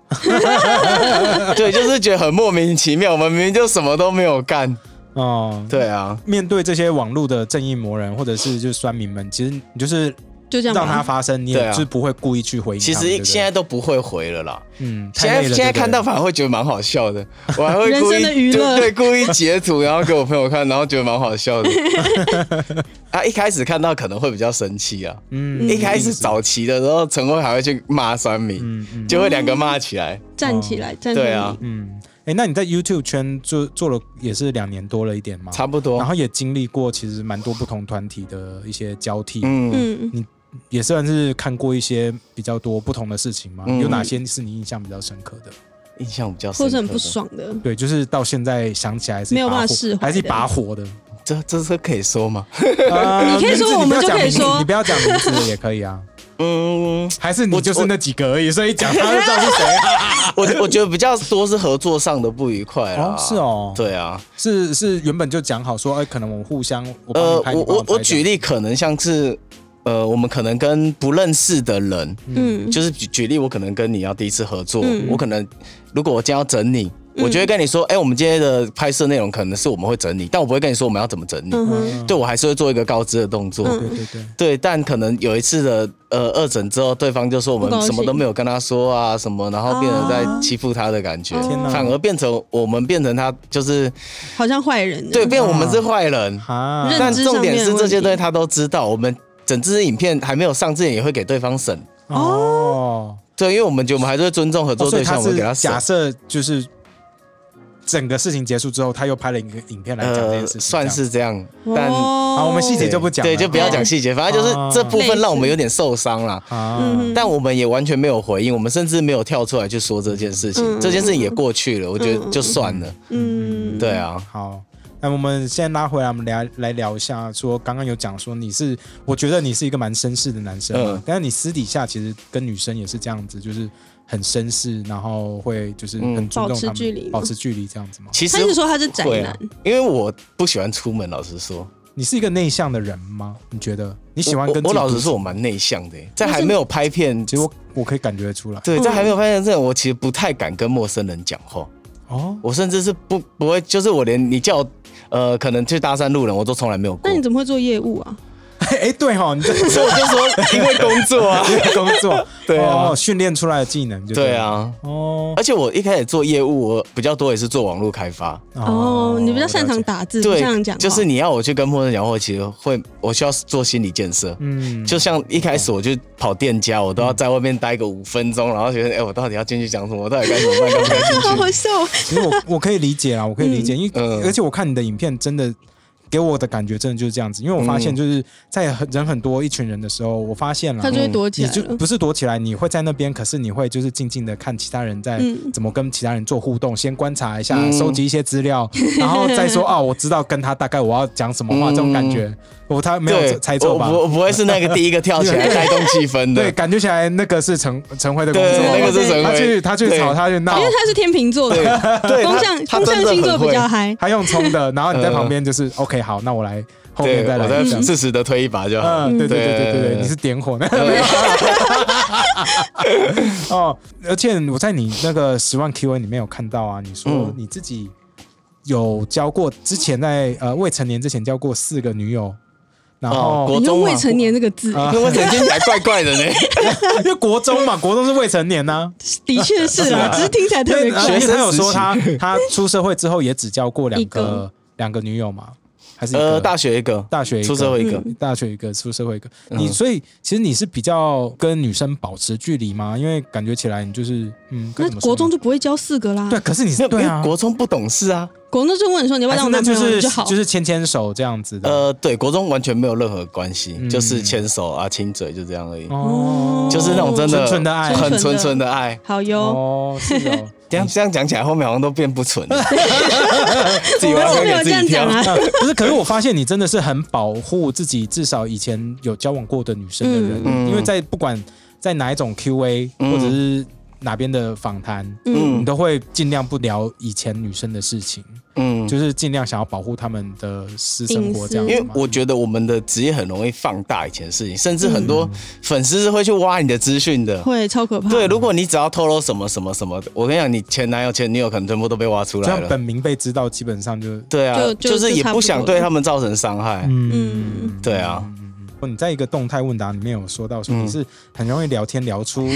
[SPEAKER 5] 对，就是觉得很莫名其妙，我们明明就什么都没有干。
[SPEAKER 2] 哦，
[SPEAKER 5] 对啊，
[SPEAKER 2] 面对这些网络的正义魔人或者是就是酸民们，其实你就是
[SPEAKER 4] 就这样
[SPEAKER 2] 让它
[SPEAKER 4] 吧。
[SPEAKER 2] 发生，你
[SPEAKER 5] 对
[SPEAKER 2] 也
[SPEAKER 5] 啊
[SPEAKER 2] 是不会故意去回应他
[SPEAKER 5] 其
[SPEAKER 2] 们。对
[SPEAKER 5] 实
[SPEAKER 2] 不对
[SPEAKER 5] 现在都不会回了啦。
[SPEAKER 2] 嗯，
[SPEAKER 5] 现
[SPEAKER 2] 太
[SPEAKER 5] 在
[SPEAKER 2] 累了
[SPEAKER 5] 现在看到
[SPEAKER 2] 对
[SPEAKER 5] 反而会觉得蛮好 笑的，我还会
[SPEAKER 4] 人
[SPEAKER 5] 故
[SPEAKER 4] 生的
[SPEAKER 5] 意
[SPEAKER 4] 娱
[SPEAKER 5] 就
[SPEAKER 4] 乐
[SPEAKER 5] 对故意截图，然后给我朋友看，然后觉得蛮好笑 的。啊，一开始看到可能会比较生气啊，
[SPEAKER 2] 不对嗯
[SPEAKER 5] 一开始早期的时候，陈辉还会去骂酸民，
[SPEAKER 2] 嗯嗯
[SPEAKER 5] 就会两个骂起来。
[SPEAKER 4] 站起来，站起
[SPEAKER 5] 对
[SPEAKER 4] 来
[SPEAKER 5] 啊。，
[SPEAKER 2] 嗯，哎，那你在 YouTube 圈做做了也是两年多了一点嘛，
[SPEAKER 5] 差不
[SPEAKER 2] 然
[SPEAKER 5] 多。
[SPEAKER 2] 后也经历过其实蛮多不同团体的一些交替，
[SPEAKER 5] 嗯，
[SPEAKER 4] 嗯，
[SPEAKER 2] 也算是看过一些比较多不同的事情嘛，
[SPEAKER 5] 嗯
[SPEAKER 2] 有哪些是你印象比较深刻的？
[SPEAKER 5] 印象比较深
[SPEAKER 4] 或
[SPEAKER 5] 刻
[SPEAKER 4] 者
[SPEAKER 5] 的
[SPEAKER 4] 很不，爽的，
[SPEAKER 2] 对，就是到现在想起来是一
[SPEAKER 4] 没有
[SPEAKER 2] 把
[SPEAKER 4] 办
[SPEAKER 2] 火
[SPEAKER 4] 法释怀
[SPEAKER 2] 还是一
[SPEAKER 4] 的
[SPEAKER 2] 把火的。
[SPEAKER 5] 这这是可以说吗？
[SPEAKER 2] 呃
[SPEAKER 4] 你可以
[SPEAKER 2] 名
[SPEAKER 4] 说
[SPEAKER 2] 字
[SPEAKER 4] 我们
[SPEAKER 2] 不要
[SPEAKER 4] 就
[SPEAKER 2] 讲
[SPEAKER 4] 可以
[SPEAKER 2] 名字
[SPEAKER 4] 说
[SPEAKER 2] 你不要讲名字也可以啊。
[SPEAKER 5] 嗯，
[SPEAKER 2] 还是你
[SPEAKER 5] 我
[SPEAKER 2] 就是
[SPEAKER 5] 我
[SPEAKER 2] 那几个而已，所以讲他就知道是谁 啊？
[SPEAKER 5] 我我觉得比较多是合作上的不愉快
[SPEAKER 2] 哦
[SPEAKER 5] 啦。
[SPEAKER 2] 是哦
[SPEAKER 5] 对啊，
[SPEAKER 2] 是是，原本就讲好说，哎，可能我们互相，我帮
[SPEAKER 5] 呃
[SPEAKER 2] 你，拍
[SPEAKER 5] 我我我举，
[SPEAKER 2] 你
[SPEAKER 5] 例，可能像是，呃，我们可能跟不认识的人，
[SPEAKER 4] 嗯，
[SPEAKER 5] 就是举举例，我可能跟你要第一次合作，
[SPEAKER 4] 嗯
[SPEAKER 5] 我可能如果我今天要整你，我就会跟你说，哎、我们今天的拍摄内容可能是我们会整你，但我不会跟你说我们要怎么整你，
[SPEAKER 4] 嗯
[SPEAKER 2] 帮我
[SPEAKER 4] 哼
[SPEAKER 2] 拍这样
[SPEAKER 5] 对我还是会做一个告知的动作。
[SPEAKER 2] 嗯对对对，
[SPEAKER 5] 对，但可能有一次的呃二诊之后，对方就说我
[SPEAKER 4] 不高
[SPEAKER 5] 们
[SPEAKER 4] 兴
[SPEAKER 5] 什么都没有跟他说啊，什么，然后变成在
[SPEAKER 4] 哦
[SPEAKER 5] 欺负他的感觉，
[SPEAKER 2] 天哪
[SPEAKER 5] 反而变成我们变成他就是
[SPEAKER 4] 好像坏人，
[SPEAKER 5] 对，，变我
[SPEAKER 4] 哦
[SPEAKER 5] 们是坏人。
[SPEAKER 2] 啊，
[SPEAKER 4] 认
[SPEAKER 5] 但
[SPEAKER 4] 知
[SPEAKER 5] 重点
[SPEAKER 4] 上面
[SPEAKER 5] 是
[SPEAKER 4] 的
[SPEAKER 5] 这些
[SPEAKER 4] 问题
[SPEAKER 5] 东西他都知道，我们整支影片还没有上之前也会给对方审。
[SPEAKER 2] 哦，
[SPEAKER 5] 对，因为我们觉得我们还是会尊重合
[SPEAKER 2] 哦
[SPEAKER 5] 作
[SPEAKER 2] 所以
[SPEAKER 5] 对象，
[SPEAKER 2] 他
[SPEAKER 5] 我们给他
[SPEAKER 2] 是
[SPEAKER 5] 审
[SPEAKER 2] 假。设就是整个事情结束之后，他又拍了一个影片来讲这件事情，
[SPEAKER 5] 呃算
[SPEAKER 2] 这样
[SPEAKER 5] 是这样，但
[SPEAKER 4] 哦，
[SPEAKER 2] 好，我们细节就不讲了，
[SPEAKER 5] 对，就不要讲细节，反正就是
[SPEAKER 2] 哦
[SPEAKER 5] 这部分让我们有点受伤啦。
[SPEAKER 2] 啊，
[SPEAKER 4] 嗯
[SPEAKER 5] 但我们也完全没有回应，我们甚至没有跳出来去说这件事情，
[SPEAKER 4] 嗯
[SPEAKER 5] 这件事情也过去了，我觉得就算了。
[SPEAKER 4] 嗯，
[SPEAKER 5] 对啊，
[SPEAKER 2] 好。那我们现在拉回来，我们聊来聊一下，说刚刚有讲说你是，我觉得你是一个蛮绅士的男生嘛，
[SPEAKER 5] 嗯
[SPEAKER 2] 但是你私底下其实跟女生也是这样子，就是很绅士，然后会就是
[SPEAKER 5] 嗯
[SPEAKER 2] 很尊重
[SPEAKER 4] 保持
[SPEAKER 2] 他们，
[SPEAKER 4] 距离吗
[SPEAKER 2] 保持距离这样子吗？
[SPEAKER 5] 其实
[SPEAKER 4] 他一直说他是宅
[SPEAKER 5] 会
[SPEAKER 4] 男
[SPEAKER 5] 啊，，因为我不喜欢出门，老实说，
[SPEAKER 2] 你是一个内向的人吗？你觉得你喜欢
[SPEAKER 5] 我
[SPEAKER 2] 跟
[SPEAKER 5] 我我老实
[SPEAKER 2] 说，
[SPEAKER 5] 说，我蛮内向的，欸在还没有拍片，
[SPEAKER 2] 其实我我可以感觉得出来
[SPEAKER 5] 对，在还没有拍片之前，我其实不太敢跟陌生人讲话。
[SPEAKER 2] 哦。
[SPEAKER 5] 我甚至是不不会，就是我连你叫我呃，可能去搭讪路人，我都从来没有过
[SPEAKER 4] 那。你怎么会做业务啊？
[SPEAKER 2] 哎，对哈，你这
[SPEAKER 5] 所以我就说，因为工 作 啊，
[SPEAKER 2] 这个工作，
[SPEAKER 5] 对啊
[SPEAKER 2] 哦，训练出来的技能就
[SPEAKER 5] 对
[SPEAKER 2] 了，
[SPEAKER 5] 啊。
[SPEAKER 2] 哦
[SPEAKER 5] 而且我一开始做业务，我比较多也是做网络开发，
[SPEAKER 4] 哦，你比较擅
[SPEAKER 2] 我了
[SPEAKER 4] 长
[SPEAKER 2] 解
[SPEAKER 4] 打字，不
[SPEAKER 5] 对
[SPEAKER 4] 擅长，讲话，哦
[SPEAKER 5] 就是你要我去跟陌生人讲话，我其实会我需要做心理建设。
[SPEAKER 2] 嗯
[SPEAKER 5] 就像一开始我去跑店家，我都要在外面待个五分钟，然后觉得，哎、我到底要进去讲什么？我到底该怎么办？该不该进
[SPEAKER 4] 好
[SPEAKER 5] 去？
[SPEAKER 4] 好笑哦，
[SPEAKER 2] 其 实我我可以理解啦，我可以理解，因为、
[SPEAKER 5] 嗯
[SPEAKER 2] 而且我看你的影片，真的给我的感觉真的就是这样子。因为我发现就是在很人很多一群人的时候，我发现了
[SPEAKER 4] 他就会躲起
[SPEAKER 2] 你
[SPEAKER 4] 来
[SPEAKER 2] 就
[SPEAKER 4] 了。
[SPEAKER 2] 不是躲起来，你会在那边，可是你会就是静静的看其他人在
[SPEAKER 4] 嗯
[SPEAKER 2] 怎么跟其他人做互动，先观察一下，
[SPEAKER 5] 嗯
[SPEAKER 2] 收集一些资 料，然后再说啊，我知道跟他大概我要讲什么话，
[SPEAKER 5] 嗯
[SPEAKER 2] 这种感觉，我他没
[SPEAKER 5] 对
[SPEAKER 2] 有猜错吧
[SPEAKER 5] 我？不我不会是那个第一个跳起来
[SPEAKER 2] 对
[SPEAKER 5] 带动气氛的。
[SPEAKER 2] 对，感觉起来那个是陈陈辉的工作，
[SPEAKER 5] 对，那个是神
[SPEAKER 2] 他去
[SPEAKER 5] 会，
[SPEAKER 2] 他去
[SPEAKER 5] 对
[SPEAKER 2] 吵，他去闹
[SPEAKER 4] 因，为他是天秤 座的，
[SPEAKER 5] 对，
[SPEAKER 4] 风
[SPEAKER 5] 他
[SPEAKER 4] 象
[SPEAKER 5] 他
[SPEAKER 4] 风
[SPEAKER 5] 真
[SPEAKER 4] 象
[SPEAKER 5] 的
[SPEAKER 4] 星座
[SPEAKER 5] 很
[SPEAKER 4] 比
[SPEAKER 5] 会
[SPEAKER 4] 较嗨，
[SPEAKER 2] 他用冲 的，然后你在
[SPEAKER 5] 呃
[SPEAKER 2] 旁边就是 OK，好，那我来后
[SPEAKER 5] 对，
[SPEAKER 2] 面再
[SPEAKER 5] 我
[SPEAKER 2] 来
[SPEAKER 5] 再
[SPEAKER 2] 讲。
[SPEAKER 5] 适时的推一把就好。
[SPEAKER 2] 嗯，对对对对对对，
[SPEAKER 5] 对
[SPEAKER 2] 你是点火那没有 哦，而且我在你那个十万 Q A 里面有看到啊，你说
[SPEAKER 5] 嗯
[SPEAKER 2] 你自己有交过，之前在呃未成年之前交过四个女友，然
[SPEAKER 5] 哦
[SPEAKER 2] 后
[SPEAKER 5] 国
[SPEAKER 4] 你用
[SPEAKER 5] 中啊
[SPEAKER 4] 未成年这个字，
[SPEAKER 2] 啊
[SPEAKER 5] 那为什么 听起来怪怪的呢？
[SPEAKER 2] 因为国中嘛，国中是未成年啊呐，
[SPEAKER 4] 的 确是啦，只是听起 来特别
[SPEAKER 2] 对，
[SPEAKER 4] 怪
[SPEAKER 2] 因。为
[SPEAKER 5] 学生
[SPEAKER 2] 他有说
[SPEAKER 5] 时期
[SPEAKER 2] 他他出社会之后也只交过两
[SPEAKER 4] 一
[SPEAKER 2] 个
[SPEAKER 4] 个
[SPEAKER 2] 两个女友嘛，还是一
[SPEAKER 5] 呃，
[SPEAKER 2] 个
[SPEAKER 5] 大学一个，
[SPEAKER 2] 大学一个
[SPEAKER 5] 出社会一个，
[SPEAKER 2] 大学一个，出社会一个，
[SPEAKER 5] 嗯
[SPEAKER 2] 你所以其实你是比较跟女生保持距离吗？因为感觉起来你就是嗯，该
[SPEAKER 4] 那
[SPEAKER 2] 怎么说呢
[SPEAKER 4] 国中就不会教四个啦，
[SPEAKER 2] 对，可是你
[SPEAKER 5] 没
[SPEAKER 2] 是
[SPEAKER 5] 有
[SPEAKER 2] 对啊
[SPEAKER 5] 因为，国中不懂事啊。
[SPEAKER 4] 国中就问你说你要不
[SPEAKER 2] 还
[SPEAKER 4] 要
[SPEAKER 2] 是
[SPEAKER 4] 当我
[SPEAKER 2] 那
[SPEAKER 4] 男朋
[SPEAKER 2] 就
[SPEAKER 4] 友
[SPEAKER 2] 是
[SPEAKER 4] 你就好，
[SPEAKER 2] 就是牵牵手这样子的，
[SPEAKER 5] 呃，对，国中完全没有任何关系，
[SPEAKER 2] 嗯
[SPEAKER 5] 就是牵手啊、亲嘴就这样而已，
[SPEAKER 2] 哦，
[SPEAKER 5] 就是那种真的
[SPEAKER 2] 纯纯的爱
[SPEAKER 5] 很纯纯的爱。
[SPEAKER 4] 好哟。
[SPEAKER 2] 哦，是哦。
[SPEAKER 5] 这样这样讲起来，后面好像都变不纯了。自己
[SPEAKER 4] 我
[SPEAKER 5] 挖坑
[SPEAKER 4] 没有这
[SPEAKER 5] 给自
[SPEAKER 4] 样
[SPEAKER 5] 己跳
[SPEAKER 4] 讲。啊，
[SPEAKER 2] 那不是，可是我发现你真的是很保护自己，至少以前有交往过的女生的人，
[SPEAKER 5] 嗯嗯
[SPEAKER 2] 因为在不管在哪一种 Q&A、
[SPEAKER 5] 嗯
[SPEAKER 2] 或者是哪边的访谈，你
[SPEAKER 5] 嗯
[SPEAKER 2] 都会尽量不聊以前女生的事情。
[SPEAKER 5] 嗯，
[SPEAKER 2] 就是尽量想要保护他们的私生活这样
[SPEAKER 5] 因
[SPEAKER 2] 子
[SPEAKER 5] 为
[SPEAKER 2] 嘛。
[SPEAKER 5] 我觉得我们的职业很容易放大以前的事情，甚至很
[SPEAKER 2] 嗯
[SPEAKER 5] 多粉丝是会去挖你的资讯 的。
[SPEAKER 4] 会超可怕。
[SPEAKER 5] 对，如果你只要透露什么什么什么的，我跟你讲，你前男友、前女友可能全部都被挖出
[SPEAKER 2] 这
[SPEAKER 5] 来
[SPEAKER 2] 样
[SPEAKER 5] 了
[SPEAKER 2] 本。名被知道，基本上就
[SPEAKER 5] 对啊，
[SPEAKER 4] 就就
[SPEAKER 5] 就是也
[SPEAKER 4] 就差不
[SPEAKER 5] 不想
[SPEAKER 4] 多
[SPEAKER 5] 对
[SPEAKER 4] 了
[SPEAKER 5] 他们造成伤害。
[SPEAKER 2] 嗯，
[SPEAKER 5] 对啊，
[SPEAKER 2] 你在一个动态问答里面有说到说
[SPEAKER 5] 嗯
[SPEAKER 2] 你是很容易聊天聊出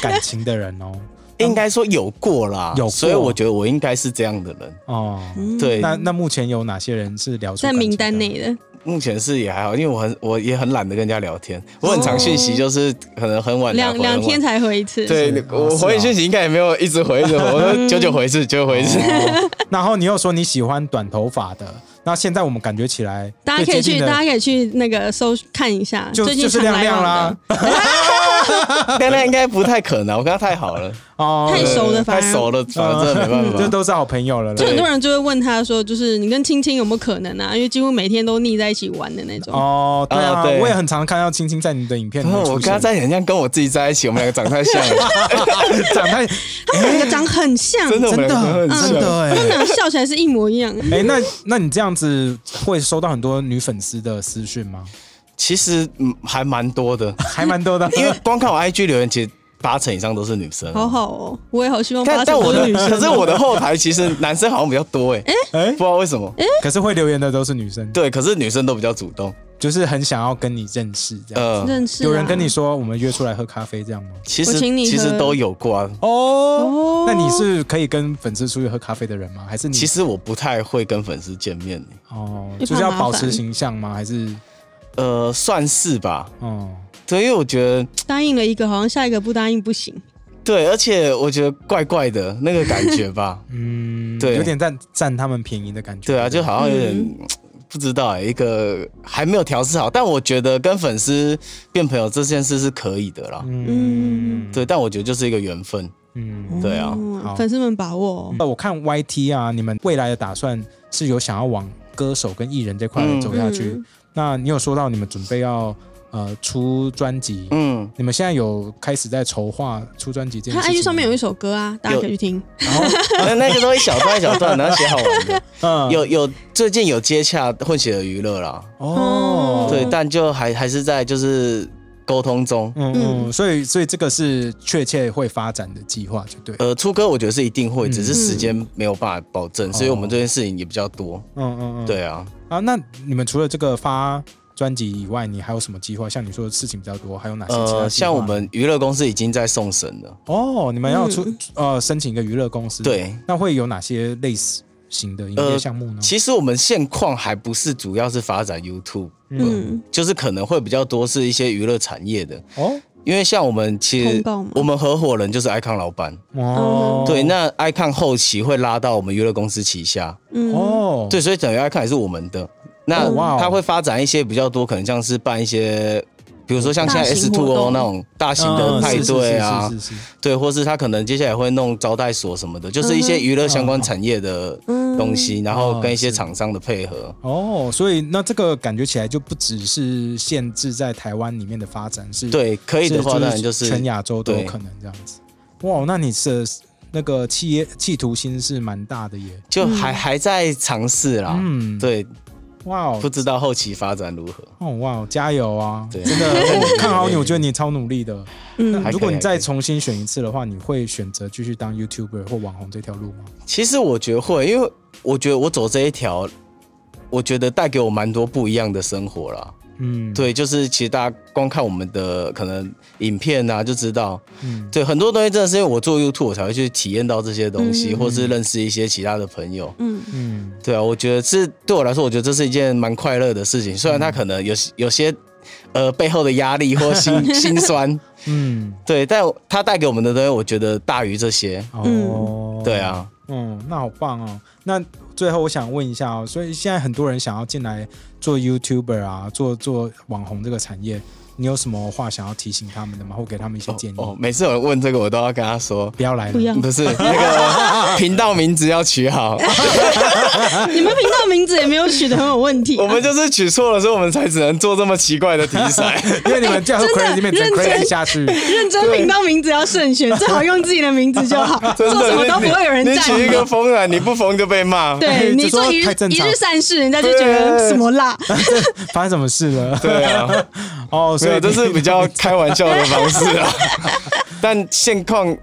[SPEAKER 2] 感情的人哦，
[SPEAKER 5] 应该说有过啦，
[SPEAKER 2] 有过
[SPEAKER 5] 所以我觉得我应该是这样的人。
[SPEAKER 2] 哦，
[SPEAKER 5] 嗯对，
[SPEAKER 2] 那那目前有哪些人是聊出
[SPEAKER 4] 在
[SPEAKER 2] 感情
[SPEAKER 4] 名单
[SPEAKER 2] 的？
[SPEAKER 4] 内的，
[SPEAKER 5] 目前是也还好，因为我很我也很懒得跟人家聊
[SPEAKER 2] 哦
[SPEAKER 5] 天，我很常讯息就是可能很晚
[SPEAKER 4] 两
[SPEAKER 5] 才回
[SPEAKER 4] 两天。才回一次。
[SPEAKER 5] 很晚
[SPEAKER 2] 是
[SPEAKER 5] 对，
[SPEAKER 2] 哦
[SPEAKER 5] 我
[SPEAKER 2] 是
[SPEAKER 5] 回
[SPEAKER 2] 哦
[SPEAKER 5] 讯息应该也没有一直回，一直回，我 都久久回一次，久久回一次。
[SPEAKER 2] 然后你又说你喜欢短头发的，那现在我们感觉起来
[SPEAKER 4] 大家可以
[SPEAKER 2] 最接
[SPEAKER 4] 去，
[SPEAKER 2] 近的
[SPEAKER 4] 大家可以去那个搜看一下，
[SPEAKER 2] 就
[SPEAKER 4] 最近
[SPEAKER 2] 就是
[SPEAKER 4] 常
[SPEAKER 2] 亮
[SPEAKER 4] 来
[SPEAKER 2] 亮
[SPEAKER 4] 往
[SPEAKER 2] 啦
[SPEAKER 4] 的。
[SPEAKER 5] 但 那应该不太可能，我跟他太好了，
[SPEAKER 2] 哦，
[SPEAKER 4] 太熟了反而
[SPEAKER 5] 太熟了，反正啊没办
[SPEAKER 2] 这
[SPEAKER 5] 法。
[SPEAKER 2] 都是好朋友了
[SPEAKER 4] 就
[SPEAKER 2] 啦。
[SPEAKER 4] 很多人就会问他说，就是你跟青青有没有可能啊？因为几乎每天都腻在一起玩的那种。
[SPEAKER 2] 哦，对啊
[SPEAKER 5] 啊，对
[SPEAKER 2] 我也很常看到青青在你的影片里
[SPEAKER 5] 然
[SPEAKER 2] 面
[SPEAKER 5] 后我
[SPEAKER 2] 出
[SPEAKER 5] 跟他
[SPEAKER 2] 现，
[SPEAKER 5] 在很像跟我自己在一起，我们两个长太 像了，
[SPEAKER 2] 长太
[SPEAKER 4] 他们两个长很像，
[SPEAKER 5] 真的我
[SPEAKER 2] 真
[SPEAKER 5] 们两个
[SPEAKER 4] 嗯
[SPEAKER 2] 的
[SPEAKER 5] 很像。
[SPEAKER 2] 真的
[SPEAKER 4] 他们
[SPEAKER 2] 哎。
[SPEAKER 4] 俩笑起来是一模一样。
[SPEAKER 2] 哎，那那你这样子会收到很多女粉丝的私讯吗？
[SPEAKER 5] 其实嗯还蛮多的，
[SPEAKER 2] 还蛮多的，
[SPEAKER 5] 因为光看我 IG 留言，其实八成以上都是女生。
[SPEAKER 4] 好好哦，我也好希望
[SPEAKER 5] 但
[SPEAKER 4] 八成
[SPEAKER 5] 但我
[SPEAKER 4] 都
[SPEAKER 5] 的
[SPEAKER 4] 是女 生。
[SPEAKER 5] 可是我的后台其实男生好像比较多哎，
[SPEAKER 2] 哎
[SPEAKER 5] 不知道为什么。
[SPEAKER 2] 可是会留言的都是女生，
[SPEAKER 5] 对，可是女生都比较主动。
[SPEAKER 2] 就是很想要跟你认识这样。
[SPEAKER 5] 呃，
[SPEAKER 4] 认识啊
[SPEAKER 2] 有人跟你说我们约出来喝咖啡这样吗？
[SPEAKER 5] 其
[SPEAKER 4] 我
[SPEAKER 5] 实
[SPEAKER 4] 请你喝
[SPEAKER 5] 其实都有过啊。
[SPEAKER 2] 哦，那你是可以跟粉丝出去喝咖啡的人吗？还是你
[SPEAKER 5] 其实我不太会跟粉丝见面，欸
[SPEAKER 2] 哦，
[SPEAKER 4] 也
[SPEAKER 2] 就
[SPEAKER 4] 怕
[SPEAKER 2] 是要
[SPEAKER 4] 麻
[SPEAKER 2] 保
[SPEAKER 4] 烦
[SPEAKER 2] 持形象吗？还是
[SPEAKER 5] 呃，算是吧。
[SPEAKER 2] 哦，。
[SPEAKER 5] 对，因为我觉得
[SPEAKER 4] 答应了一个，好像下一个不答应不行。
[SPEAKER 5] 对，而且我觉得怪怪的那个感觉吧
[SPEAKER 2] 嗯，
[SPEAKER 5] 对
[SPEAKER 2] 有点占占他们便宜的感觉。
[SPEAKER 5] 对啊，就好像有点、
[SPEAKER 4] 嗯
[SPEAKER 5] 不知道、欸、一个还没有调试好，但我觉得跟粉丝变朋友这件事是可以的啦。
[SPEAKER 2] 嗯，
[SPEAKER 5] 对，但我觉得就是一个缘分。
[SPEAKER 2] 嗯。
[SPEAKER 5] 对啊，
[SPEAKER 4] 嗯
[SPEAKER 2] 好嗯
[SPEAKER 4] 粉丝们把握哦。
[SPEAKER 2] 那我看 YT 啊，你们未来的打算是有想要往歌手跟艺人这块
[SPEAKER 5] 嗯
[SPEAKER 2] 走下去？
[SPEAKER 4] 嗯
[SPEAKER 2] 那你有说到你们准备要呃出专辑，
[SPEAKER 5] 嗯，
[SPEAKER 2] 你们现在有开始在筹划出专辑这件
[SPEAKER 4] 他
[SPEAKER 2] 事情吗？
[SPEAKER 4] IG 上面有一首歌啊，大家可以去听。
[SPEAKER 5] 那那个都一小段一小段，然后写好玩的。
[SPEAKER 2] 嗯
[SPEAKER 5] 有有，最近有接洽混血的娱乐啦，
[SPEAKER 2] 哦，
[SPEAKER 5] 对，但就还还是在就是沟通中。
[SPEAKER 2] 嗯嗯，所以所以这个是确切会发展的计划，就对。
[SPEAKER 5] 呃，出歌我觉得是一定会，
[SPEAKER 2] 嗯哦
[SPEAKER 5] 只是时间没有办法保证，所以我们这件事情也比较多。
[SPEAKER 2] 嗯嗯嗯，
[SPEAKER 5] 对啊，
[SPEAKER 2] 啊。那你们除了这个发专辑以外，你还有什么计划？像你说的事情比较多，还有哪啊些其他计划
[SPEAKER 5] 呃，像我们娱乐公司已经在送审了，
[SPEAKER 2] 哦，你们要出、
[SPEAKER 4] 嗯
[SPEAKER 2] 呃申请一个娱乐公司，，
[SPEAKER 5] 对。呃
[SPEAKER 2] 那会有哪些类似型的营业项目呢？
[SPEAKER 5] 其实我们现况还不是主要是发展 YouTube，
[SPEAKER 4] 嗯，
[SPEAKER 5] 就是可能会比较多是一些娱乐产业的，
[SPEAKER 2] 哦
[SPEAKER 5] 因为像我们其实
[SPEAKER 4] 通告嘛
[SPEAKER 5] 嗯我们合伙人就是 icon 老板，
[SPEAKER 2] 哦，
[SPEAKER 5] 对，那 icon 后期会拉到我们娱乐公司旗下，
[SPEAKER 4] 嗯，
[SPEAKER 2] 哦
[SPEAKER 5] 对，所以等于 icon 也是我们的。那
[SPEAKER 2] 哦哇哦
[SPEAKER 5] 他会发展一些比较多，可能像是办一些，比如说像现在
[SPEAKER 4] 大
[SPEAKER 5] S
[SPEAKER 4] 型
[SPEAKER 5] Two
[SPEAKER 4] 活
[SPEAKER 5] O
[SPEAKER 4] 动
[SPEAKER 5] 那种大型的
[SPEAKER 2] 嗯
[SPEAKER 5] 派对啊，
[SPEAKER 2] 是是是是是
[SPEAKER 5] 对，或是他可能接下来会弄招待所什么的，就是一
[SPEAKER 4] 嗯
[SPEAKER 5] 些娱乐相
[SPEAKER 2] 嗯
[SPEAKER 5] 关产业的东西，然后跟一些厂商的配合。
[SPEAKER 2] 哦，所以那这个感觉起来就不只是限制在台湾里面的发展，是
[SPEAKER 5] 对，可以的话，当然就是
[SPEAKER 2] 全亚洲都有
[SPEAKER 5] 对
[SPEAKER 2] 可能这样子。哇，那你是那个企业企图心是蛮大的耶。
[SPEAKER 5] 就还还在尝试啦。
[SPEAKER 2] 嗯，，
[SPEAKER 5] 啊对，
[SPEAKER 2] 哇哦
[SPEAKER 5] 不，知道后期发展如何。
[SPEAKER 2] 哦哇哦，加油啊！
[SPEAKER 5] 对，
[SPEAKER 2] 真 的，看好你，我觉得你超努力的。
[SPEAKER 4] 嗯
[SPEAKER 5] 还可以
[SPEAKER 2] 如果你
[SPEAKER 5] 还
[SPEAKER 2] 再
[SPEAKER 5] 可以
[SPEAKER 2] 重新选一次的话，你会选择继续当 YouTuber 或网红这条路吗？
[SPEAKER 5] 其实我觉得会，因为我觉得我走这一条，我觉得带给我蛮多不一样的生活啦。
[SPEAKER 2] 嗯，，
[SPEAKER 5] 对，就是其实大家光看我们的可能影片啊，就知道，
[SPEAKER 2] 嗯，
[SPEAKER 5] 对，很多东西真的是因为我做 YouTube 我才会去体验到这些东西，
[SPEAKER 4] 嗯
[SPEAKER 5] 或是认识一些其他的朋友。
[SPEAKER 4] 嗯，
[SPEAKER 2] 嗯，
[SPEAKER 5] 对啊，我觉得是对我来说，我觉得这是一件蛮快乐的事情。虽然它可能有
[SPEAKER 4] 嗯
[SPEAKER 5] 有些呃背后的压力 或心心酸，
[SPEAKER 2] 嗯，
[SPEAKER 5] 对，但它带给我们的东西，我觉得大于这些。
[SPEAKER 2] 哦，
[SPEAKER 5] 对，啊，
[SPEAKER 2] 嗯，那好棒哦。那最后我想问一下哦，所以现在很多人想要进来做 YouTuber 啊，做做网红这个产业，你有什么话想要提醒他们的吗？或给他们一些建议？
[SPEAKER 5] 哦，每次有人问这个，我都要跟他说，
[SPEAKER 2] 不要来了，
[SPEAKER 4] 不要
[SPEAKER 5] 不是那个频道名字要 取好，
[SPEAKER 4] 你们频道名字也没有取得很有问题啊。
[SPEAKER 5] 我们就是取错了，所以我们才只能做这么奇怪的题 材。
[SPEAKER 2] 因为你们这样 crazy 面整
[SPEAKER 4] 认真
[SPEAKER 2] crazy 下去，
[SPEAKER 4] 认真频道名字要慎选，最好用自己的名字就好，
[SPEAKER 5] 真
[SPEAKER 4] 做
[SPEAKER 5] 的，
[SPEAKER 4] 什么都
[SPEAKER 5] 你
[SPEAKER 4] 不会有人
[SPEAKER 5] 你
[SPEAKER 4] 赞
[SPEAKER 5] 取一
[SPEAKER 4] 你。
[SPEAKER 5] 个疯了，你不疯就被骂。
[SPEAKER 4] 对
[SPEAKER 2] 就
[SPEAKER 4] 你
[SPEAKER 2] 说
[SPEAKER 4] 做一日
[SPEAKER 2] 太正
[SPEAKER 4] 一
[SPEAKER 2] 常
[SPEAKER 4] 日三事，人家就觉得
[SPEAKER 5] 对
[SPEAKER 4] 什么辣。
[SPEAKER 2] 发生什么事 了？
[SPEAKER 5] 对啊。
[SPEAKER 2] 哦，所
[SPEAKER 5] 所以
[SPEAKER 2] 以
[SPEAKER 5] 这啊是比较开玩笑的方式 啊。但现况，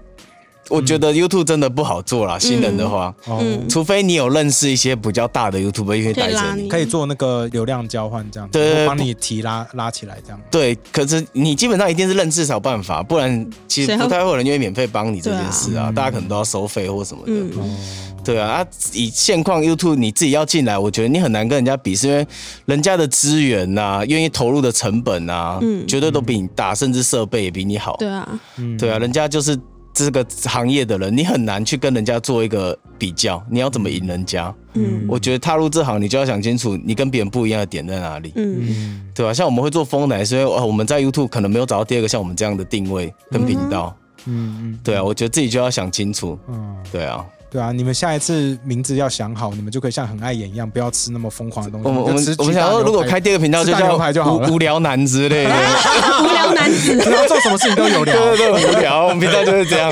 [SPEAKER 5] 我觉得 YouTube 真的不好做啦，新人的话，
[SPEAKER 2] 嗯哦，
[SPEAKER 4] 嗯
[SPEAKER 5] 除非你有认识一些比较大的 YouTube 愿意
[SPEAKER 4] 可
[SPEAKER 5] 带
[SPEAKER 4] 以拉
[SPEAKER 5] 着
[SPEAKER 4] 你
[SPEAKER 5] 你。
[SPEAKER 2] 可以做那个流量交换这样子，
[SPEAKER 5] 对
[SPEAKER 2] 然后帮你提拉拉起来这样。
[SPEAKER 5] 对，可是你基本上一定是认识才有办法，不然其实
[SPEAKER 4] 谁
[SPEAKER 5] 不
[SPEAKER 4] 会
[SPEAKER 5] 太会有人愿意免费帮你这
[SPEAKER 4] 对啊
[SPEAKER 5] 件事啊。大家可能都要收费或什么的。
[SPEAKER 4] 嗯，
[SPEAKER 5] 对啊，啊，以现况 YouTube 你自己要进来，我觉得你很难跟人家比，是因为人家的资源呐、愿意投入的成本呐、啊
[SPEAKER 4] 嗯
[SPEAKER 5] 绝对都比你大，甚至设备也比你好。
[SPEAKER 4] 对啊，
[SPEAKER 2] 嗯，
[SPEAKER 5] 对啊，人家就是这个行业的人，你很难去跟人家做一个比较，你要怎么赢人家？
[SPEAKER 4] 嗯
[SPEAKER 5] 我觉得踏入这行，你就要想清楚，你跟别人不一样的点在哪里，
[SPEAKER 4] 嗯
[SPEAKER 2] 嗯
[SPEAKER 5] 对吧、啊像我们会做风奶，是因为哦我们在 YouTube 可能没有找到第二个像我们这样的定位跟频道，
[SPEAKER 2] 嗯
[SPEAKER 5] 对啊，我觉得自己就要想清楚，
[SPEAKER 2] 嗯，
[SPEAKER 5] 对啊，
[SPEAKER 2] 对啊，你们下一次名字要想好，你们就可以像很爱演一样，不要吃那么疯狂的东西。
[SPEAKER 5] 我们我
[SPEAKER 2] 你就
[SPEAKER 5] 们
[SPEAKER 2] 吃
[SPEAKER 5] 我们
[SPEAKER 2] 鸡
[SPEAKER 5] 想
[SPEAKER 2] 蛋
[SPEAKER 5] 说，如果
[SPEAKER 2] 牛排
[SPEAKER 5] 开第二个频道，
[SPEAKER 2] 鸡
[SPEAKER 5] 就
[SPEAKER 2] 蛋
[SPEAKER 5] 叫
[SPEAKER 2] 牛排就好了
[SPEAKER 5] 无无聊男之类的，
[SPEAKER 4] 无聊男子，
[SPEAKER 2] 然后做什么事情都有聊。
[SPEAKER 5] 对对对，无聊，我们频道就是这样。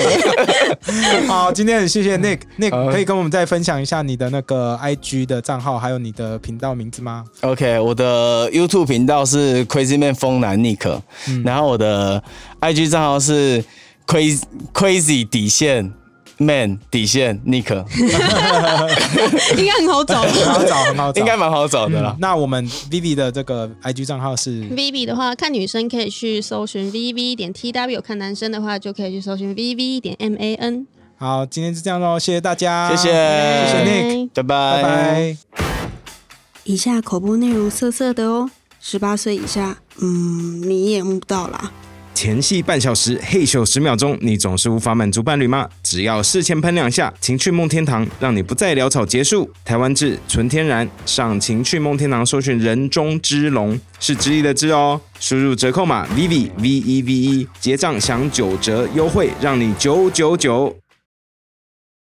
[SPEAKER 2] 好，今天很谢谢 Nick，Nick
[SPEAKER 5] 嗯好
[SPEAKER 2] 可以跟我们再分享一下你的那个 IG 的账号，还有你的频道名字 吗？
[SPEAKER 5] OK，我的 YouTube 频道是 Crazy Man 风男 Nick，、
[SPEAKER 2] 嗯
[SPEAKER 5] 然后我的 IG 账号是 Crazy Crazy 底线 Man 底线 Nick，
[SPEAKER 4] 应该很好找。
[SPEAKER 2] 很好找，很好找，
[SPEAKER 5] 应该蛮好找的啦
[SPEAKER 2] 嗯。那我们 Vivi 的这个 IG 账号是
[SPEAKER 4] VV 的话，看女生可以去搜寻 VV 点 TW，看男生的话就可以去搜寻 VV 点 MAN。
[SPEAKER 2] 好，今天就这样喽，谢谢大家，
[SPEAKER 5] 谢谢，
[SPEAKER 2] 谢谢 Nick，
[SPEAKER 4] 拜
[SPEAKER 2] 拜
[SPEAKER 5] 拜
[SPEAKER 2] 拜。
[SPEAKER 1] 以下口播内容色色的哦，十八岁以下，嗯，你也摸不到啦。
[SPEAKER 7] 前戏半小时，嘿咻十秒钟，你总是无法满足伴侣吗？只要事前喷两下，情趣梦天堂让你不再潦草结束。台湾制纯天然，上情趣梦天堂搜寻人中之龙，是之一的之哦。输入折扣码 vivi v e v e，结账享九折优惠，让你九九九。